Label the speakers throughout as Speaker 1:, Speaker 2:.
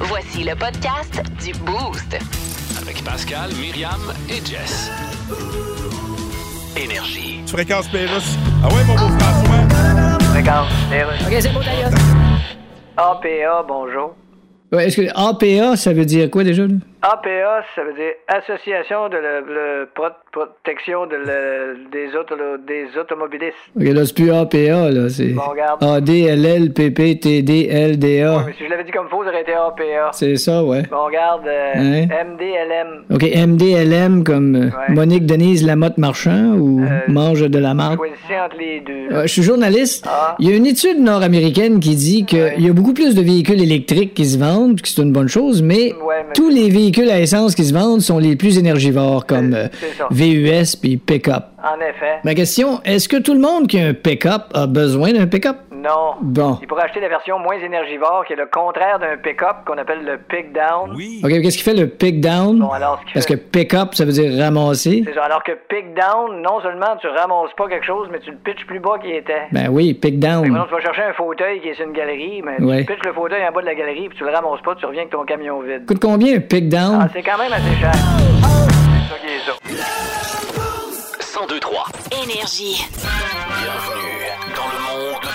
Speaker 1: Voici le podcast du Boost.
Speaker 2: Avec Pascal, Myriam et Jess. Énergie.
Speaker 3: Fréquence Pérus. Ah ouais, mon beau François.
Speaker 4: Regarde, les Russes.
Speaker 5: OK, c'est beau, ta gueule.
Speaker 4: APA, bonjour.
Speaker 5: Ouais, est-ce que APA, ça veut dire quoi déjà? là?
Speaker 4: APA, ça veut dire Association de la le pro- protection de le- Euh, des, auto- des automobilistes.
Speaker 5: OK, là, c'est plus APA, là. C'est
Speaker 4: Bon, regarde.
Speaker 5: A-D-L-L-P-P-T-D-L-D-A.
Speaker 4: Mais si je l'avais dit comme faux, ça aurait été APA.
Speaker 5: Ah. C'est ça, ouais.
Speaker 4: Bon, regarde, euh,
Speaker 5: Hein?
Speaker 4: MDLM,
Speaker 5: OK, MDLM comme euh,
Speaker 4: Ouais.
Speaker 5: Monique Denise Lamotte Marchand ou
Speaker 4: Euh,
Speaker 5: Mange de la marque?
Speaker 4: choisissez entre les deux.
Speaker 5: Euh, je suis journaliste.
Speaker 4: Ah.
Speaker 5: Il y a une étude nord-américaine qui dit qu'il
Speaker 4: Ouais.
Speaker 5: y a beaucoup plus de véhicules électriques qui se vendent, que c'est une bonne chose, mais,
Speaker 4: Ouais, mais-
Speaker 5: tous les véhicules à essence qui se vendent sont les plus énergivores, comme euh,
Speaker 4: c'est ça.
Speaker 5: VUS puis pick-up.
Speaker 4: En effet,
Speaker 5: Ma question, est-ce que tout le monde qui a un pick-up a besoin d'un pick-up?
Speaker 4: non.
Speaker 5: Bon.
Speaker 4: Il pourrait acheter la version moins énergivore, qui est le contraire d'un pick-up qu'on appelle le pick-down.
Speaker 3: Oui.
Speaker 5: OK, qu'est-ce qui fait le pick-down?
Speaker 4: Bon, alors, ce qui
Speaker 5: Parce que
Speaker 4: fait-
Speaker 5: pick-up, ça veut dire ramasser.
Speaker 4: C'est ça. Alors que pick-down, non seulement tu ramasses pas quelque chose, mais tu le pitches plus bas qu'il était.
Speaker 5: Ben oui,
Speaker 4: Fait que
Speaker 5: pick-down.
Speaker 4: maintenant, tu vas chercher un fauteuil qui est sur une galerie, mais
Speaker 5: Ouais.
Speaker 4: tu pitches le fauteuil en bas de la galerie, puis tu le ramasses pas, tu reviens avec ton camion vide.
Speaker 5: Coûte combien un
Speaker 4: Ah,
Speaker 5: pick-down?
Speaker 4: c'est quand même assez cher. C'est ça qui est ça.
Speaker 2: 1023.
Speaker 1: Énergie.
Speaker 2: Bienvenue dans le monde de Mi.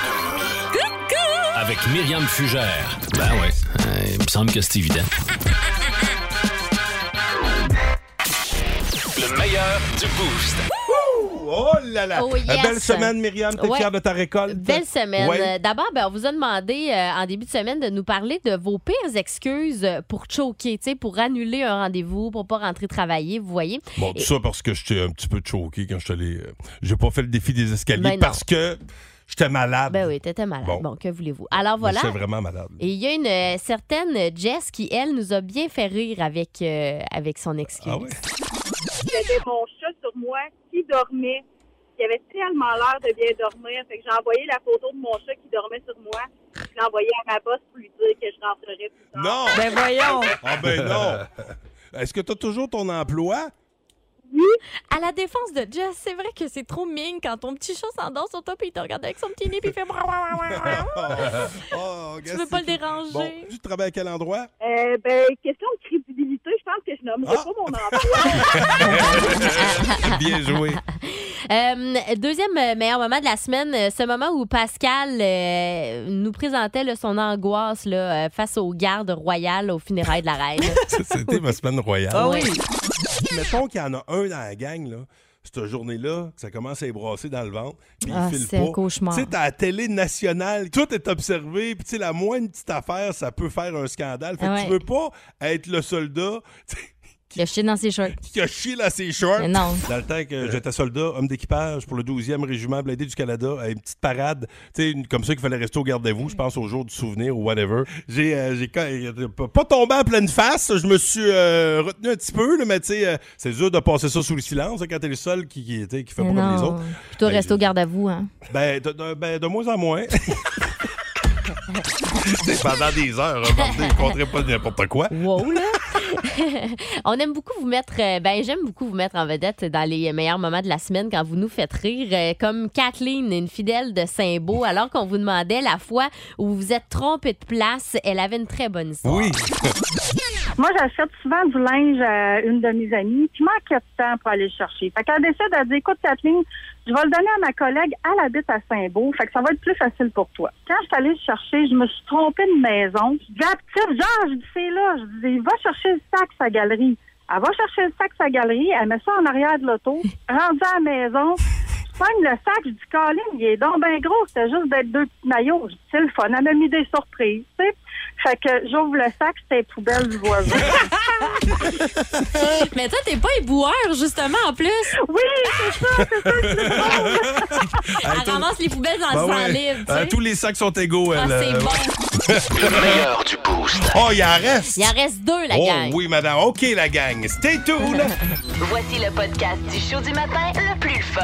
Speaker 2: Avec Myriam Fugère. Ben ouais, euh, il me semble que c'est évident. Le meilleur du boost.
Speaker 3: Oh là là.
Speaker 6: Oh, yes.
Speaker 3: Euh, Belle semaine, Myriam. T'es
Speaker 6: Ouais.
Speaker 3: fière de ta récolte?
Speaker 6: Belle semaine.
Speaker 3: Ouais.
Speaker 6: Euh, D'abord, ben, on vous a demandé euh, en début de semaine de nous parler de vos pires excuses euh, pour choquer, tu sais, pour annuler un rendez-vous, pour pas rentrer travailler, vous voyez.
Speaker 3: Bon, tout ça parce que j'étais un petit peu choqué quand je suis allé. euh, J'ai pas fait le défi des escaliers
Speaker 6: Ben non.
Speaker 3: parce que j'étais malade.
Speaker 6: Ben oui, t'étais malade.
Speaker 3: Bon.
Speaker 6: Bon, que voulez-vous? Alors voilà.
Speaker 3: J'étais vraiment malade.
Speaker 6: Et il y a une euh, certaine Jess qui, elle, nous a bien fait rire avec, euh, avec son excuse.
Speaker 3: Ah ouais?
Speaker 7: j'avais mon chat sur moi qui dormait. Il avait tellement l'air de bien dormir. Fait que j'ai envoyé la photo de mon chat qui dormait sur moi. Je l'ai envoyé à ma boss pour lui dire que je rentrerais plus tard.
Speaker 3: Non!
Speaker 5: Ben voyons!
Speaker 3: Ah ben non! Est-ce que t'as toujours ton emploi?
Speaker 8: À la défense de Jess, c'est vrai que c'est trop mignon quand ton petit chat s'endort sur toi puis il te regarde avec son petit nez puis il fait brou, brou, brou, brou.
Speaker 3: oh,
Speaker 8: Tu veux pas le déranger.
Speaker 3: Bon, tu travailles à quel endroit?
Speaker 7: Euh, ben, question de crédibilité, je pense que je nommerai
Speaker 3: Ah!
Speaker 7: pas mon emploi.
Speaker 3: Bien joué.
Speaker 6: Euh, deuxième euh, meilleur moment de la semaine, euh, ce moment où Pascal euh, nous présentait là, son angoisse là, euh, face aux gardes royales aux funérailles de la reine.
Speaker 3: C'était ma semaine royale.
Speaker 8: Ah
Speaker 6: oui.
Speaker 3: Mettons qu'il y en a un dans la gang, là. Cette journée-là, que ça commence à brasser dans le ventre, puis
Speaker 8: Ah,
Speaker 3: il file
Speaker 8: c'est un
Speaker 3: pas.
Speaker 8: cauchemar.
Speaker 3: Tu sais, t'as la télé nationale, tout est observé, puis tu sais, la moindre petite affaire, ça peut faire un scandale. Fait que
Speaker 8: Ah Ouais.
Speaker 3: tu veux pas être le soldat tu sais,
Speaker 8: Il a chié dans ses shorts.
Speaker 3: qui a chié là ses shorts.
Speaker 8: Mais non.
Speaker 3: Dans le temps que j'étais soldat, homme d'équipage pour le 12e régiment blindé du Canada, à une petite parade, tu sais, une- comme ça qu'il fallait rester au gardez-vous, je pense au jour du souvenir ou whatever. J'ai euh, j'ai ca- euh, pas- pas tombé en pleine face, je me suis euh, retenu un petit peu, là, mais tu sais, euh, c'est dur de passer ça sous le silence hein, quand t'es le seul qui, qui, tu sais, qui fait pas
Speaker 8: Mais
Speaker 3: comme les
Speaker 8: non.
Speaker 3: autres.
Speaker 8: Plutôt
Speaker 3: Ben,
Speaker 8: rester au
Speaker 3: je-
Speaker 8: garde à vous. Hein.
Speaker 3: Ben, de, de- ben, de moins en moins. C'est pendant des heures, hein, regardez, je compterai pas n'importe quoi.
Speaker 6: Wow, là! On aime beaucoup vous mettre, euh, ben j'aime beaucoup vous mettre en vedette dans les meilleurs moments de la semaine quand vous nous faites rire, euh, comme Kathleen, une fidèle de Saint-Beau, alors qu'on vous demandait la fois où vous vous êtes trompé de place, elle avait une très bonne histoire.
Speaker 3: Oui.
Speaker 7: Moi, j'achète souvent du linge à une de mes amies, puis je manque de temps pour aller le chercher. Fait qu'elle décide, elle dit, écoute, Kathleen, je vais le donner à ma collègue, elle habite à Saint-Beau, fait que ça va être plus facile pour toi. Quand je suis allée le chercher, je me suis trompée de maison. Je dis à la petite, genre, je dis, c'est là. Je dis, va chercher le sac, sa galerie. Elle va chercher le sac, sa galerie, elle met ça en arrière de l'auto, rendue à la maison, je pogne le sac, je dis, Colin, il est donc bien gros, c'était juste d'être deux petits maillots. Je dis, c'est le fun, elle m'a mis des surprises, tu sais. Fait que j'ouvre le sac, c'était les poubelles du voisin.
Speaker 8: Mais toi, t'es pas éboueur, justement, en plus.
Speaker 7: Oui, c'est ça, c'est ça.
Speaker 3: Hey,
Speaker 8: Elle
Speaker 3: tout-
Speaker 8: ramasse les poubelles dans le
Speaker 3: ben
Speaker 8: sang
Speaker 3: ouais.
Speaker 8: libre. tu
Speaker 3: Euh,
Speaker 8: sais.
Speaker 3: tous les sacs sont égaux.
Speaker 8: Ah,
Speaker 3: elle,
Speaker 8: c'est
Speaker 3: euh,
Speaker 8: bon.
Speaker 2: Le meilleur du boost.
Speaker 3: Oh, il en reste!
Speaker 6: Il en reste deux, la
Speaker 3: oh
Speaker 6: gang.
Speaker 3: oui, madame. OK, la gang. Stay tuned.
Speaker 1: Voici le podcast du show du matin le plus fun.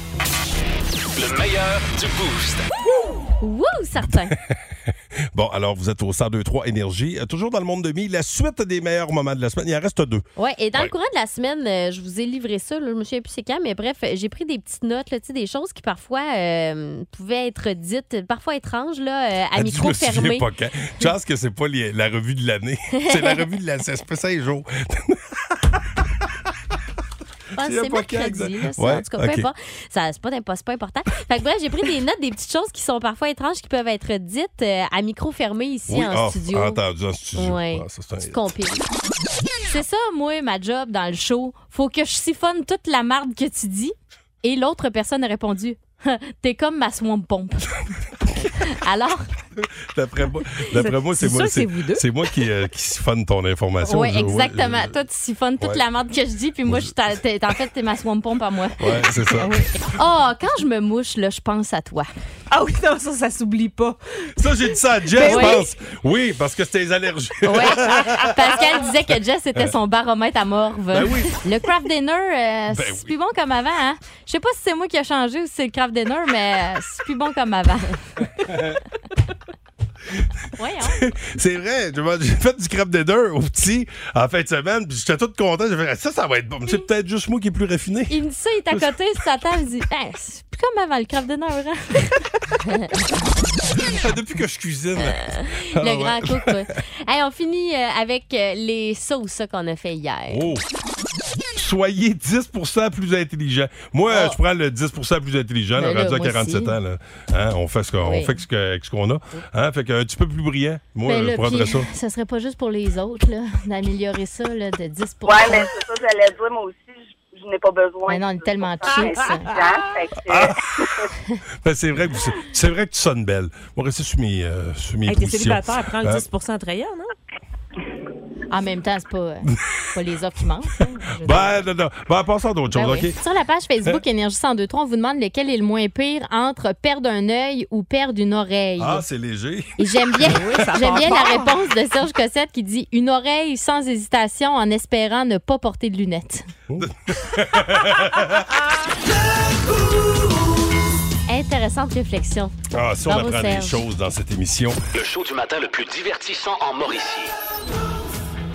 Speaker 2: Le meilleur du boost.
Speaker 6: Wouh, certain.
Speaker 3: Bon, alors vous êtes au 1023 Énergie. Euh, toujours dans le monde de mi, la suite des meilleurs moments de la semaine. Il en reste deux.
Speaker 6: Ouais, et dans
Speaker 3: Ouais.
Speaker 6: le courant de la semaine, euh, je vous ai livré ça, là, je me souviens plus c'est quand, mais bref, euh, j'ai pris des petites notes, là, tu sais, des choses qui parfois euh, pouvaient être dites, parfois étranges, là, euh, à
Speaker 3: Elle dit, Ah, je
Speaker 6: micro
Speaker 3: me souviens
Speaker 6: fermé.
Speaker 3: pas quand. Chance que c'est pas les- la revue de l'année. c'est la revue de la ça se fait cinq jours.
Speaker 6: Ah,
Speaker 3: Je sais
Speaker 6: c'est
Speaker 3: pas quand
Speaker 6: mercredi,
Speaker 3: exact-
Speaker 6: là, ça,
Speaker 3: Ouais,
Speaker 6: en tout cas,
Speaker 3: ok.
Speaker 6: peu importe. Ça, c'est pas, d'impo- c'est pas important. Fait que bref, j'ai pris des notes, des petites choses qui sont parfois étranges, qui peuvent être dites euh, à micro fermé ici
Speaker 3: Oui,
Speaker 6: en
Speaker 3: ah,
Speaker 6: studio.
Speaker 3: Entendu en studio.
Speaker 6: Ouais.
Speaker 3: Ah, ça, c'est un
Speaker 6: Tu
Speaker 3: hit.
Speaker 6: compiles. C'est ça, moi, ma job dans le show. Faut que je siphonne toute la marde que tu dis. Et l'autre personne a répondu T'es comme ma swamp pompe. Alors,
Speaker 3: D'après moi, d'après moi, c'est
Speaker 6: C'est
Speaker 3: moi,
Speaker 6: sûr, c'est vous deux.
Speaker 3: c'est moi qui, euh, qui siphonne ton information.
Speaker 6: ouais,
Speaker 3: Je-
Speaker 6: exactement.
Speaker 3: je-
Speaker 6: Toi, tu siphonnes toute
Speaker 3: Ouais.
Speaker 6: la marde que je dis, puis moi, je t'a- t'es- t'es- en fait, t'es ma swamp pompe à moi.
Speaker 3: Ouais, c'est ça.
Speaker 6: Oh, quand je me mouche, là, je pense à toi.
Speaker 9: Ah oui, non, ça, ça s'oublie pas.
Speaker 3: Ça, j'ai dit ça à Jess, je
Speaker 6: Ben oui.
Speaker 3: pense. Oui, parce que c'était les allergies.
Speaker 6: Ouais. Pascal disait que Jess était son baromètre à morve.
Speaker 3: Euh. Ben oui.
Speaker 6: Le craft dinner, euh,
Speaker 3: Ben
Speaker 6: c'est
Speaker 3: oui.
Speaker 6: plus bon comme avant. Hein? Je sais pas si c'est moi qui a changé ou si c'est le craft dinner, mais euh, c'est plus bon comme avant. Voyons.
Speaker 3: C'est vrai, je m'en- j'ai fait du crêpe des deux au petit en fin de semaine, puis j'étais tout content. J'ai fait, ça, ça va être bon. Mais C'est peut-être juste moi qui est plus raffiné.
Speaker 6: Il me dit ça, il est à côté, il s'attend, il dit Ben, c'est plus comme avant le craft dinner. Hein?
Speaker 3: Depuis que je cuisine. Ah
Speaker 6: Le grand cook. ouais. Hey, on finit euh, avec euh, les sauces ça, qu'on a fait hier.
Speaker 3: Oh! Soyez 10 plus intelligent. Moi,
Speaker 6: Ah.
Speaker 3: je prends le 10 plus intelligent, là,
Speaker 6: Ben là,
Speaker 3: rendu à
Speaker 6: moi
Speaker 3: 47
Speaker 6: aussi.
Speaker 3: ans. Là. Hein, on fait ce qu'on
Speaker 6: Oui.
Speaker 3: on fait ce que- avec ce qu'on a. Hein, fait qu'un petit peu plus brillant. Moi,
Speaker 6: Ben
Speaker 3: je
Speaker 6: là,
Speaker 3: prendrais
Speaker 6: puis,
Speaker 3: ça.
Speaker 6: ça serait pas juste pour les autres là, d'améliorer ça là, de 10
Speaker 10: Ouais, mais c'est ça, j'allais dire, moi aussi, je, je n'ai pas besoin. Hein?
Speaker 6: Mais non, on est tellement cheap,
Speaker 10: cheap,
Speaker 6: ça.
Speaker 3: Ah, Ben, c'est vrai, que vous- c'est vrai que tu sonnes belle. On va rester sur mes, euh, sur mes
Speaker 9: Hey, t'es
Speaker 3: positions. Euh,
Speaker 9: célibataire, prends le 10 attrayant, non? hein?
Speaker 6: En même temps, c'est pas, euh, pas les offres qui manquent. hein, je veux dire.
Speaker 3: Ben, non, non. Ben, passons à d'autres
Speaker 6: Ben
Speaker 3: choses,
Speaker 6: oui.
Speaker 3: OK?
Speaker 6: Sur la page Facebook
Speaker 3: Hein?
Speaker 6: Énergie 1023, on vous demande lequel est le moins pire entre perdre un œil ou perdre une oreille.
Speaker 3: Ah, c'est léger.
Speaker 6: Et j'aime bien,
Speaker 9: ça
Speaker 6: j'aime
Speaker 9: part
Speaker 6: bien la
Speaker 9: fort.
Speaker 6: réponse de Serge Cossette qui dit une oreille sans hésitation en espérant ne pas porter de lunettes. Intéressante réflexion.
Speaker 3: Ah, si on
Speaker 6: Bravo,
Speaker 3: apprend des
Speaker 6: Serge.
Speaker 3: choses dans cette émission.
Speaker 2: Le show du matin le plus divertissant en Mauricie.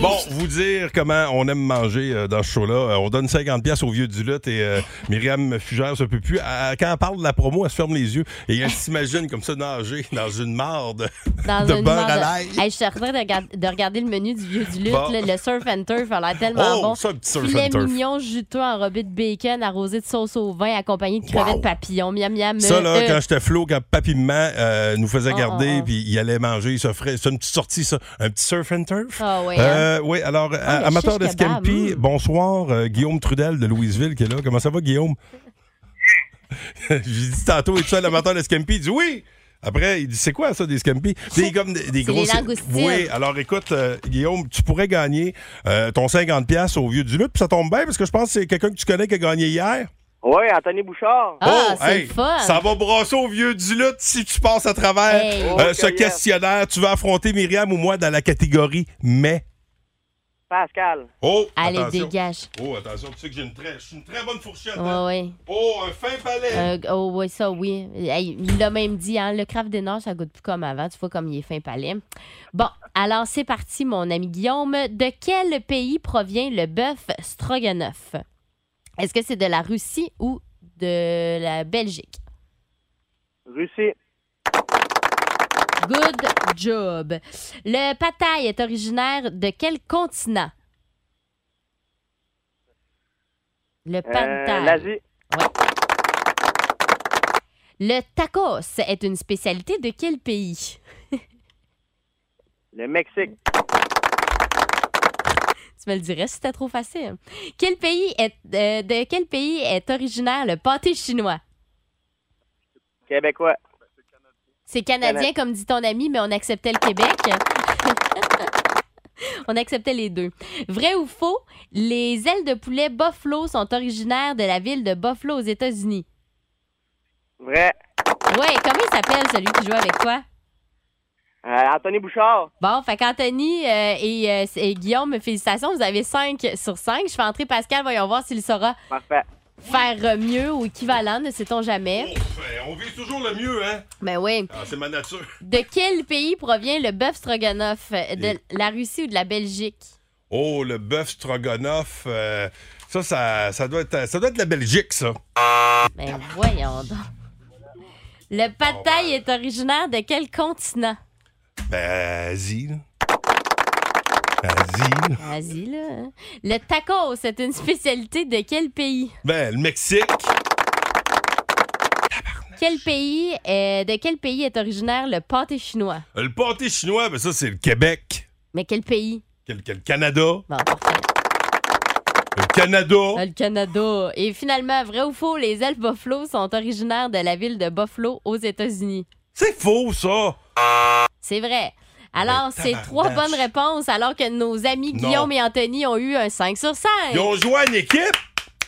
Speaker 3: Bon, vous dire comment on aime manger euh, dans ce show-là. Euh, on donne 50 pièces au vieux du lot et euh, Myriam Fugère se peut plus. Euh, quand elle parle de la promo, elle se ferme les yeux et elle s'imagine comme ça nager dans une marde.
Speaker 6: dans
Speaker 3: De
Speaker 6: une
Speaker 3: beurre
Speaker 6: merde.
Speaker 3: à l'ail.
Speaker 6: Hey, je suis en train de, regard- de regarder le menu du vieux du lutte.
Speaker 3: Bon.
Speaker 6: là, le surf and turf a l'air tellement
Speaker 3: Oh,
Speaker 6: bon.
Speaker 3: ça, un petit surf
Speaker 6: Filet
Speaker 3: and turf.
Speaker 6: mignon juteux enrobé de bacon arrosé de sauce au vin accompagné de crevettes
Speaker 3: Wow.
Speaker 6: papillons. Miam, miam.
Speaker 3: Ça,
Speaker 6: euh,
Speaker 3: là,
Speaker 6: euh.
Speaker 3: quand j'étais flot, quand papy maman euh, nous faisait
Speaker 6: Ah,
Speaker 3: garder,
Speaker 6: ah, ah.
Speaker 3: puis il allait manger, il s'offrait. C'est une petite sortie, ça. Un petit surf and turf.
Speaker 6: Ah ouais, hein.
Speaker 3: Euh, oui, alors,
Speaker 6: Ah, le
Speaker 3: amateur
Speaker 6: shish
Speaker 3: de
Speaker 6: kebab,
Speaker 3: scampi,
Speaker 6: mm.
Speaker 3: bonsoir. euh, Guillaume Trudel de Louisville qui est là. Comment ça va, Guillaume? J'ai dit tantôt, es-tu un amateur de scampi? Il dit oui! Après, il dit c'est quoi ça, des scampi? C'est comme des, des
Speaker 6: C'est
Speaker 3: grosses.
Speaker 6: des langoustines.
Speaker 3: Oui, alors écoute, euh, Guillaume, tu pourrais gagner euh, ton 50$ au vieux du lutte, puis ça tombe bien parce que je pense que c'est quelqu'un que tu connais qui a gagné hier.
Speaker 4: Oui, Anthony Bouchard.
Speaker 6: Ah,
Speaker 3: Oh,
Speaker 6: c'est le
Speaker 3: hey,
Speaker 6: fun.
Speaker 3: Ça va brasser au vieux du lutte si tu passes à travers
Speaker 6: Hey.
Speaker 3: euh,
Speaker 4: Oh, que
Speaker 3: ce
Speaker 4: yes.
Speaker 3: questionnaire. Tu vas affronter Myriam ou moi dans la catégorie mais.
Speaker 4: Pascal.
Speaker 3: Oh,
Speaker 6: Allez,
Speaker 3: attention.
Speaker 6: dégage.
Speaker 3: Oh, attention, tu sais que j'ai une très, je suis une très bonne fourchette.
Speaker 6: euh. Ouais,
Speaker 3: hein.
Speaker 6: ouais.
Speaker 3: Oh, un fin palais.
Speaker 6: Euh, oh, ouais, ça, oui. Hey, il l'a même dit, hein, le craft des Nord, ça goûte plus comme avant. Tu vois comme il est fin palais. Bon, alors c'est parti, mon ami Guillaume. De quel pays provient le bœuf stroganoff? Est-ce que c'est de la Russie ou de la Belgique?
Speaker 4: Russie.
Speaker 6: Good job. Le pataille est originaire de quel continent? Le
Speaker 4: Euh,
Speaker 6: pataille.
Speaker 4: L'Asie.
Speaker 6: le tacos est une spécialité de quel pays?
Speaker 4: Le Mexique.
Speaker 6: Tu me le dirais si c'était trop facile. Quel pays est, euh, de quel pays est originaire le pâté chinois?
Speaker 4: Québécois.
Speaker 6: C'est canadien,
Speaker 4: Canad-
Speaker 6: comme dit ton ami, mais on acceptait le Québec. on acceptait les deux. Vrai ou faux, les ailes de poulet Buffalo sont originaires de la ville de Buffalo aux États-Unis.
Speaker 4: Vrai.
Speaker 6: Ouais, comment il s'appelle celui qui joue avec toi?
Speaker 11: Euh, Anthony Bouchard.
Speaker 6: Bon, fait qu'Anthony euh, et, euh, et Guillaume, félicitations, vous avez 5 sur 5. Je fais entrer Pascal, voyons voir s'il saura
Speaker 11: Parfait.
Speaker 6: faire euh, mieux ou équivalent, ne sait-on jamais.
Speaker 3: On vise toujours le mieux, hein?
Speaker 6: Ben oui.
Speaker 3: Ah, c'est ma nature.
Speaker 6: De quel pays provient le bœuf stroganoff? De la Russie ou de la Belgique?
Speaker 3: Oh, le bœuf stroganoff. euh, ça, ça, ça, doit être, ça doit être la Belgique, ça.
Speaker 6: Ben voyons donc. Le pad thai est originaire de quel continent?
Speaker 3: Ben, Asie, là. Asie, là.
Speaker 6: Vas-y, là. hein. Le taco, c'est une spécialité de quel pays?
Speaker 3: Ben, le Mexique.
Speaker 6: Quel pays euh, de quel pays est originaire le pâté chinois?
Speaker 3: Le pâté chinois, ben ça, c'est le Québec.
Speaker 6: Mais quel pays?
Speaker 3: Quel, quel Canada.
Speaker 6: le
Speaker 3: Canada.
Speaker 6: Ah, Le Canada. Et finalement, vrai ou faux, les elfes Buffalo sont originaires de la ville de Buffalo aux États-Unis.
Speaker 3: C'est faux, ça.
Speaker 6: C'est vrai. Alors, c'est trois bonnes réponses, alors que nos amis
Speaker 3: Non.
Speaker 6: Guillaume et Anthony ont eu un 5 sur 5.
Speaker 3: Ils ont joué en équipe.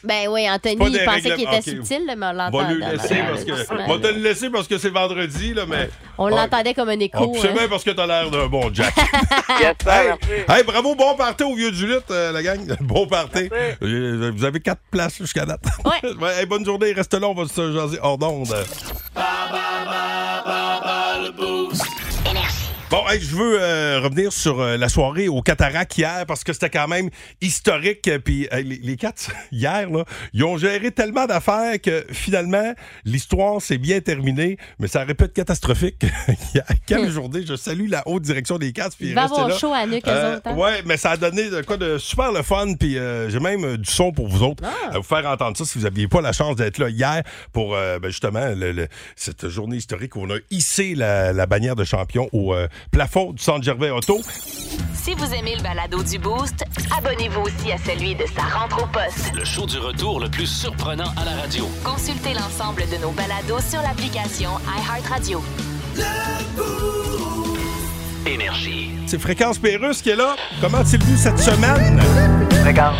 Speaker 6: Ben oui, Anthony,
Speaker 3: Pas
Speaker 6: il
Speaker 3: des
Speaker 6: pensait
Speaker 3: règlements.
Speaker 6: qu'il était
Speaker 3: Ok.
Speaker 6: subtil, là, mais on
Speaker 3: On va
Speaker 6: l'entendait.
Speaker 3: le laisser parce que.
Speaker 6: malheureusement.
Speaker 3: On va te le laisser parce que c'est vendredi, là, mais.
Speaker 6: On l'entendait comme un
Speaker 3: Ah,
Speaker 6: écho.
Speaker 3: puis c'est
Speaker 6: hein.
Speaker 3: bien parce que t'as l'air d'un bon Jack. hey, hey, bravo, bon party au vieux du lutte, euh, la gang. Bon party. Euh, Vous avez quatre places jusqu'à date.
Speaker 6: Ouais.
Speaker 3: hey, bonne journée, reste là, on va se jaser hors d'onde. Bon, hey, je veux euh, revenir sur euh, la soirée au Cataract hier parce que c'était quand même historique. euh, Puis hey, les, les quatre, hier, là, ils ont géré tellement d'affaires que finalement, l'histoire s'est bien terminée, mais ça aurait pu être catastrophique. Il y a quelle journée, je salue la haute direction des quatre. Puis
Speaker 6: Il Hmm. va
Speaker 3: restez
Speaker 6: avoir
Speaker 3: là. Euh,
Speaker 6: chaud à nuque, eux autres, hein?
Speaker 3: Ouais, mais ça a donné de quoi de super le fun. Puis euh, j'ai même euh, du son pour vous autres, à vous faire entendre ça si vous n'aviez pas la chance d'être là hier pour euh, ben, justement le- le- cette journée historique où on a hissé la, la bannière de champion au euh, plafond du Centre Gervais Auto.
Speaker 1: Si vous aimez le balado du Boost, abonnez-vous aussi à celui de sa rentre au poste.
Speaker 2: Le show du retour le plus surprenant à la radio.
Speaker 1: Consultez l'ensemble de nos balados sur l'application iHeartRadio.
Speaker 2: Énergie.
Speaker 3: C'est Fréquence Pérusse qui est là. Comment il vu cette semaine? Eh, Fréquence